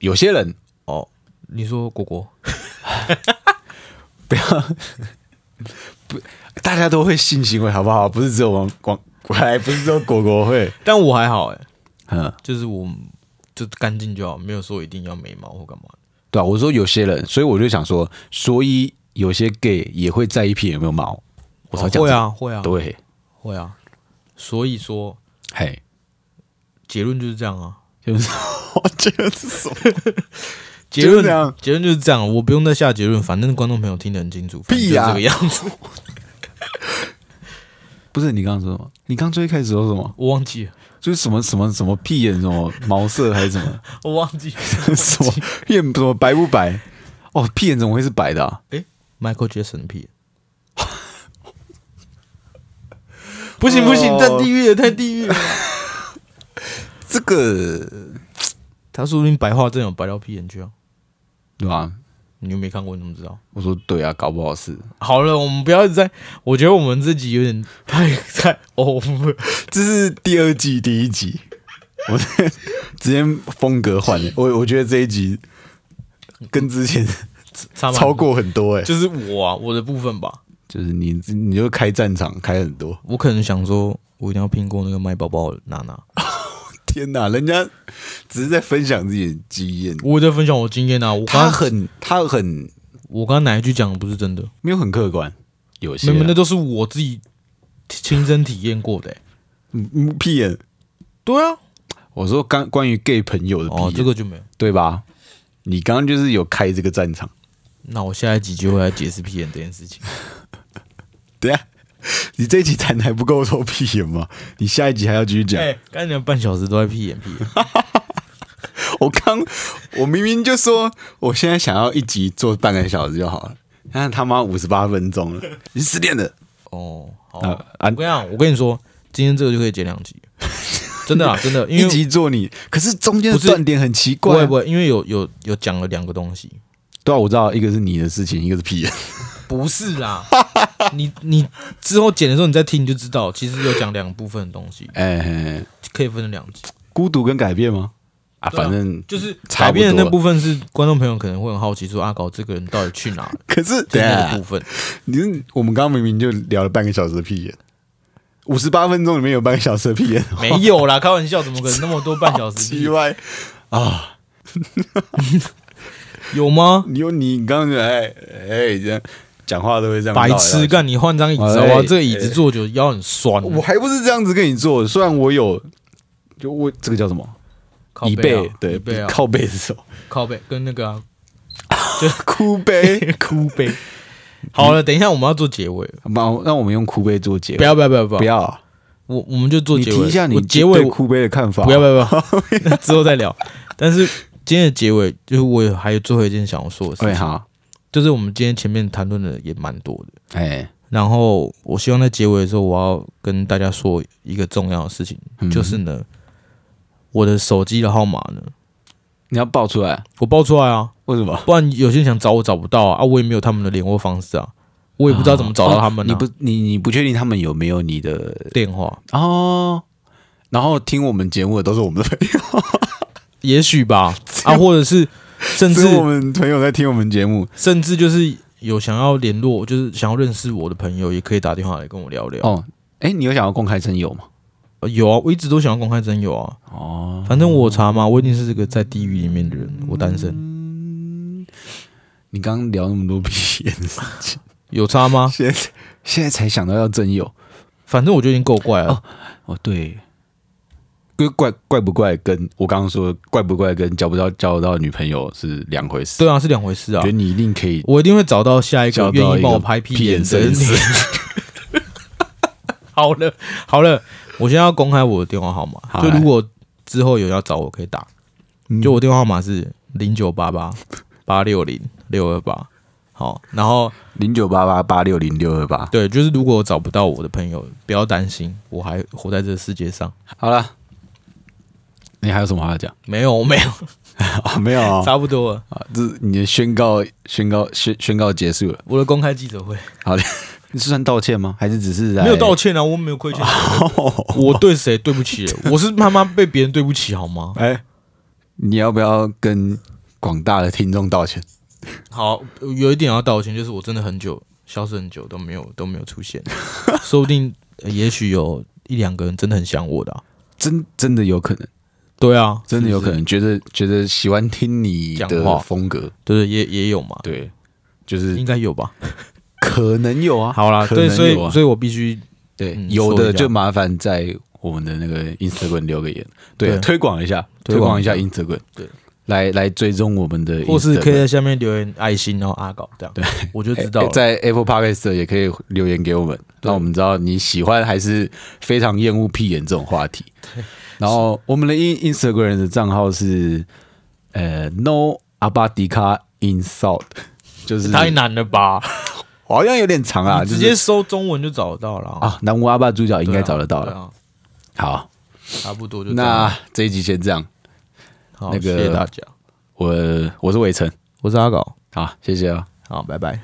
Speaker 1: 有些人
Speaker 2: 哦。你说果果
Speaker 1: 大家都会性行为，好不好？不是只有王光， 还不是只有果果会。
Speaker 2: 但我还好哎、
Speaker 1: 嗯，
Speaker 2: 就是我就干净就好，没有说一定要眉毛或干嘛。
Speaker 1: 对啊，我说有些人，所以我就想说，所以有些 gay 也会在意屁眼有没有毛。我才
Speaker 2: 哦
Speaker 1: 讲
Speaker 2: 会
Speaker 1: 这
Speaker 2: 啊会啊
Speaker 1: 个，对，
Speaker 2: 会啊，所以说
Speaker 1: 嘿，
Speaker 2: 结论就是这样啊。
Speaker 1: 就是 我这个是什么？
Speaker 2: 结
Speaker 1: 就是
Speaker 2: 论
Speaker 1: 这样
Speaker 2: 结论就是这样，我不用再下结论，反正观众朋友听得很清楚，
Speaker 1: 屁
Speaker 2: 呀、
Speaker 1: 啊
Speaker 2: 这个样 子，
Speaker 1: 不是你刚刚说什么？你刚最一开始说什么？
Speaker 2: 我忘记了，
Speaker 1: 就是什么什么什么屁眼什么毛色还是什 么
Speaker 2: 我忘记 了。
Speaker 1: 什么屁眼什么白不白？哦，屁眼怎么会是白的、啊？
Speaker 2: Michael Jackson 的屁眼。 不行不行，太地狱了，太地狱了。
Speaker 1: 这个
Speaker 2: 他说不定白化症有白到屁眼去啊，
Speaker 1: 对吧、
Speaker 2: 你又没看过，你怎么知道？
Speaker 1: 我说对啊，搞不好是，
Speaker 2: 好了，我们不要一直在，我觉得我们这集有点太太哦，
Speaker 1: 这是第二季第一集，我 直接风格换了。我我觉得这一集跟之前
Speaker 2: 差蛮
Speaker 1: 超，过很多哎、
Speaker 2: 就是我啊，我的部分吧。
Speaker 1: 就是你你就开战场开很多。
Speaker 2: 我可能想说，我一定要拼过那个卖包包的娜娜。
Speaker 1: 天哪，人家只是在分享自己的经验，
Speaker 2: 我也在分享我经验啊，我
Speaker 1: 他
Speaker 2: 刚刚
Speaker 1: 很他很
Speaker 2: 我刚刚哪一句讲的不是真的？
Speaker 1: 没有很客观，有些
Speaker 2: 没
Speaker 1: 啊
Speaker 2: 有，那都是我自己亲身体验过的欸、
Speaker 1: 嗯嗯屁眼。
Speaker 2: 对啊，
Speaker 1: 我说刚关于 gay 朋友的屁眼，啊
Speaker 2: 哦，这个就没有。
Speaker 1: 对吧？你刚刚就是有开这个战场，
Speaker 2: 那我下一集就会来解释屁眼这件 事情。
Speaker 1: 对啊， 你这一集谈的还不够多屁眼吗？你下一集还要继续讲。
Speaker 2: 哎，刚才讲半小时都在屁眼屁眼，
Speaker 1: 我刚我明明就说我现在想要一集做半个小时就好了，但是他妈五十八分钟了，你是失恋的？
Speaker 2: 哦，好，
Speaker 1: 啊
Speaker 2: 我
Speaker 1: 啊
Speaker 2: 跟你讲，我跟你说，今天这个就可以剪 两集，真的啦，啊真的，因为
Speaker 1: 一集做你，可是中间的
Speaker 2: 不是
Speaker 1: 断点很奇
Speaker 2: 不
Speaker 1: 怪啊、
Speaker 2: 会不会，因为有有有讲了两个东西，
Speaker 1: 对啊，我知道，一个是你的事情，一个是屁眼。
Speaker 2: 不是啦， 你你之后剪的时候你再听你就知道，其实有讲两部分的东西，
Speaker 1: 哎、哎
Speaker 2: 可以分成两集。
Speaker 1: 孤独跟改变吗？啊，
Speaker 2: 对啊
Speaker 1: 反正
Speaker 2: 就是
Speaker 1: 差不多
Speaker 2: 改变的那
Speaker 1: 了
Speaker 2: 部分是观众朋友可能会很好奇说啊阿搞这个人到底去哪了，
Speaker 1: 可是
Speaker 2: 就
Speaker 1: 对
Speaker 2: 是
Speaker 1: 啊
Speaker 2: 那个部，分，
Speaker 1: 你是我们刚刚明明就聊了半个小时的屁眼，五十八分钟里面有半个小时的屁 眼，
Speaker 2: 没有啦，开玩笑，怎么可能那么多半小时
Speaker 1: 奇
Speaker 2: 屁？
Speaker 1: 怪啊！
Speaker 2: 有吗？
Speaker 1: 你有你刚刚就哎哎这样讲话都会这样，
Speaker 2: 白痴，！干你换张椅子好不好？
Speaker 1: 哎
Speaker 2: 这个椅子坐久腰很酸，啊
Speaker 1: 我还不是这样子跟你做，虽然我有，就我这个叫什么
Speaker 2: 靠
Speaker 1: 椅
Speaker 2: 背
Speaker 1: 背
Speaker 2: 啊，
Speaker 1: 对
Speaker 2: 椅背啊，
Speaker 1: 靠背是 什么？
Speaker 2: 靠背跟那个啊
Speaker 1: 哭背，
Speaker 2: 哭背。好了，等一下我们要做结尾了，
Speaker 1: 妈，让我们用哭背做结
Speaker 2: 不
Speaker 1: 尾，
Speaker 2: 要不要不要不
Speaker 1: 哎不
Speaker 2: 要，
Speaker 1: 要啊，
Speaker 2: 我我们就做
Speaker 1: 你
Speaker 2: 结
Speaker 1: 提
Speaker 2: 尾。
Speaker 1: 一下你
Speaker 2: 我结尾
Speaker 1: 对
Speaker 2: 我
Speaker 1: 哭背的看法，
Speaker 2: 不要不要不要，之后再聊。但是今天的结尾就是我有还有最后一件想要说的事
Speaker 1: 对，
Speaker 2: 情，
Speaker 1: 哎好，
Speaker 2: 就是我们今天前面谈论的也蛮多的。
Speaker 1: 哎，
Speaker 2: 然后我希望在结尾的时候，我要跟大家说一个重要的事情，
Speaker 1: 嗯
Speaker 2: 就是呢，我的手机的号码呢，
Speaker 1: 你要爆出来，
Speaker 2: 我报出来啊，
Speaker 1: 为什么？
Speaker 2: 不然有些人想找我找不到啊，啊，我也没有他们的联络方式啊，我也不知道怎么找到他们、啊
Speaker 1: 哦你不，你你不确定他们有没有你的
Speaker 2: 电话，
Speaker 1: 哦。然后听我们节目的都是我们的朋友，
Speaker 2: 也许 吧，啊，或者是甚
Speaker 1: 只
Speaker 2: 至
Speaker 1: 有我们朋友在听我们节目
Speaker 2: 甚至就是有想要联络，就是想要认识我的朋友，也可以打电话来跟我聊聊。
Speaker 1: 哦。哎，你有想要公开真友吗？
Speaker 2: 呃有啊，我一直都想要公开真友啊，
Speaker 1: 哦，
Speaker 2: 反正我查嘛，我一定是这个在地狱里面的人，我单身，
Speaker 1: 你刚刚聊那么多屁眼的事情，
Speaker 2: 有差吗？
Speaker 1: 现在现在才想到要真友
Speaker 2: 反正我就已经够怪了。
Speaker 1: 哦哦，对，跟怪怪不怪跟我刚刚说怪不怪跟交不到交得到女朋友是两回事。
Speaker 2: 对啊，是两回事啊
Speaker 1: 觉得。你一定可以
Speaker 2: 我一定会找到下一
Speaker 1: 交
Speaker 2: 个
Speaker 1: 到一个
Speaker 2: 愿意帮我拍屁
Speaker 1: 屁眼
Speaker 2: 眼的人
Speaker 1: 绅。
Speaker 2: 好了，好了，我现在要公开我的电话号码
Speaker 1: 好。
Speaker 2: 就
Speaker 1: 来嗯
Speaker 2: 如果之后有要找我，可以打。就我电话号码是零九八八八六零六二八。好，然后
Speaker 1: 零九八八八六零六二八。
Speaker 2: 对，就是如果我找不到我的朋友，不要担心，我还活在这个世界上。
Speaker 1: 好了，你还有什么话要讲
Speaker 2: 没有，没哦有，
Speaker 1: 啊？没有 啊，
Speaker 2: 差不多了。
Speaker 1: 啊这是你的宣告宣告宣宣告结束了。
Speaker 2: 我的公开记者会
Speaker 1: 好的，你是算道歉吗？还是只是在
Speaker 2: 没有道歉啊，我没有亏 欠谁，我对谁对不起？我是慢慢被别人对不起好吗？
Speaker 1: 哎，你要不要跟广大的听众道歉？
Speaker 2: 好，有一点要道歉，就是我真的很久消失很久都没有都没有 出现，说不定、呃也许有一两个人真的很想我的、啊。
Speaker 1: 真真的有可能，
Speaker 2: 对啊，
Speaker 1: 真的有
Speaker 2: 是不
Speaker 1: 可
Speaker 2: 是，
Speaker 1: 能，觉得觉得喜欢听你
Speaker 2: 讲
Speaker 1: 的
Speaker 2: 话
Speaker 1: 风格，
Speaker 2: 对对，也也有嘛，
Speaker 1: 对，就是
Speaker 2: 应该有吧。
Speaker 1: 可能有啊。
Speaker 2: 好啦，
Speaker 1: 可
Speaker 2: 对，
Speaker 1: 能
Speaker 2: 所以
Speaker 1: 有啊
Speaker 2: 所以我必须
Speaker 1: 对，
Speaker 2: 嗯
Speaker 1: 有
Speaker 2: 说
Speaker 1: 的
Speaker 2: 一下
Speaker 1: 就麻烦在我们的那个 Instagram 留个言，对，啊
Speaker 2: 对
Speaker 1: 推广一下，推
Speaker 2: 推
Speaker 1: 广
Speaker 2: 广
Speaker 1: 一
Speaker 2: 一
Speaker 1: 下
Speaker 2: 下
Speaker 1: Instagram，
Speaker 2: 对，
Speaker 1: 来来追踪我们的 Instagram，
Speaker 2: 或是可以在下面留言爱心，然后阿搞这样，对，我就知道
Speaker 1: 哎
Speaker 2: 了。
Speaker 1: 在 Apple Podcast 的也可以留言给我们，让我们知道你喜欢还是非常厌恶屁眼这种话题。然后我们的 In Instagram 的账号是呃 No Abadika Insult，就是
Speaker 2: 太难了吧？
Speaker 1: 好像有点长啊，
Speaker 2: 你
Speaker 1: 就
Speaker 2: 直接
Speaker 1: 是
Speaker 2: 搜中文就找得到了啊，
Speaker 1: 啊南无阿爸主角应
Speaker 2: 对啊
Speaker 1: 该找得到
Speaker 2: 对
Speaker 1: 了。
Speaker 2: 啊，
Speaker 1: 好，
Speaker 2: 差不多就这样
Speaker 1: 那这一集先这样。
Speaker 2: 好，
Speaker 1: 那
Speaker 2: 谢
Speaker 1: 个
Speaker 2: 谢大家，
Speaker 1: 我我是伟成，
Speaker 2: 我是阿搞，
Speaker 1: 好，谢谢啊。
Speaker 2: 好，拜拜。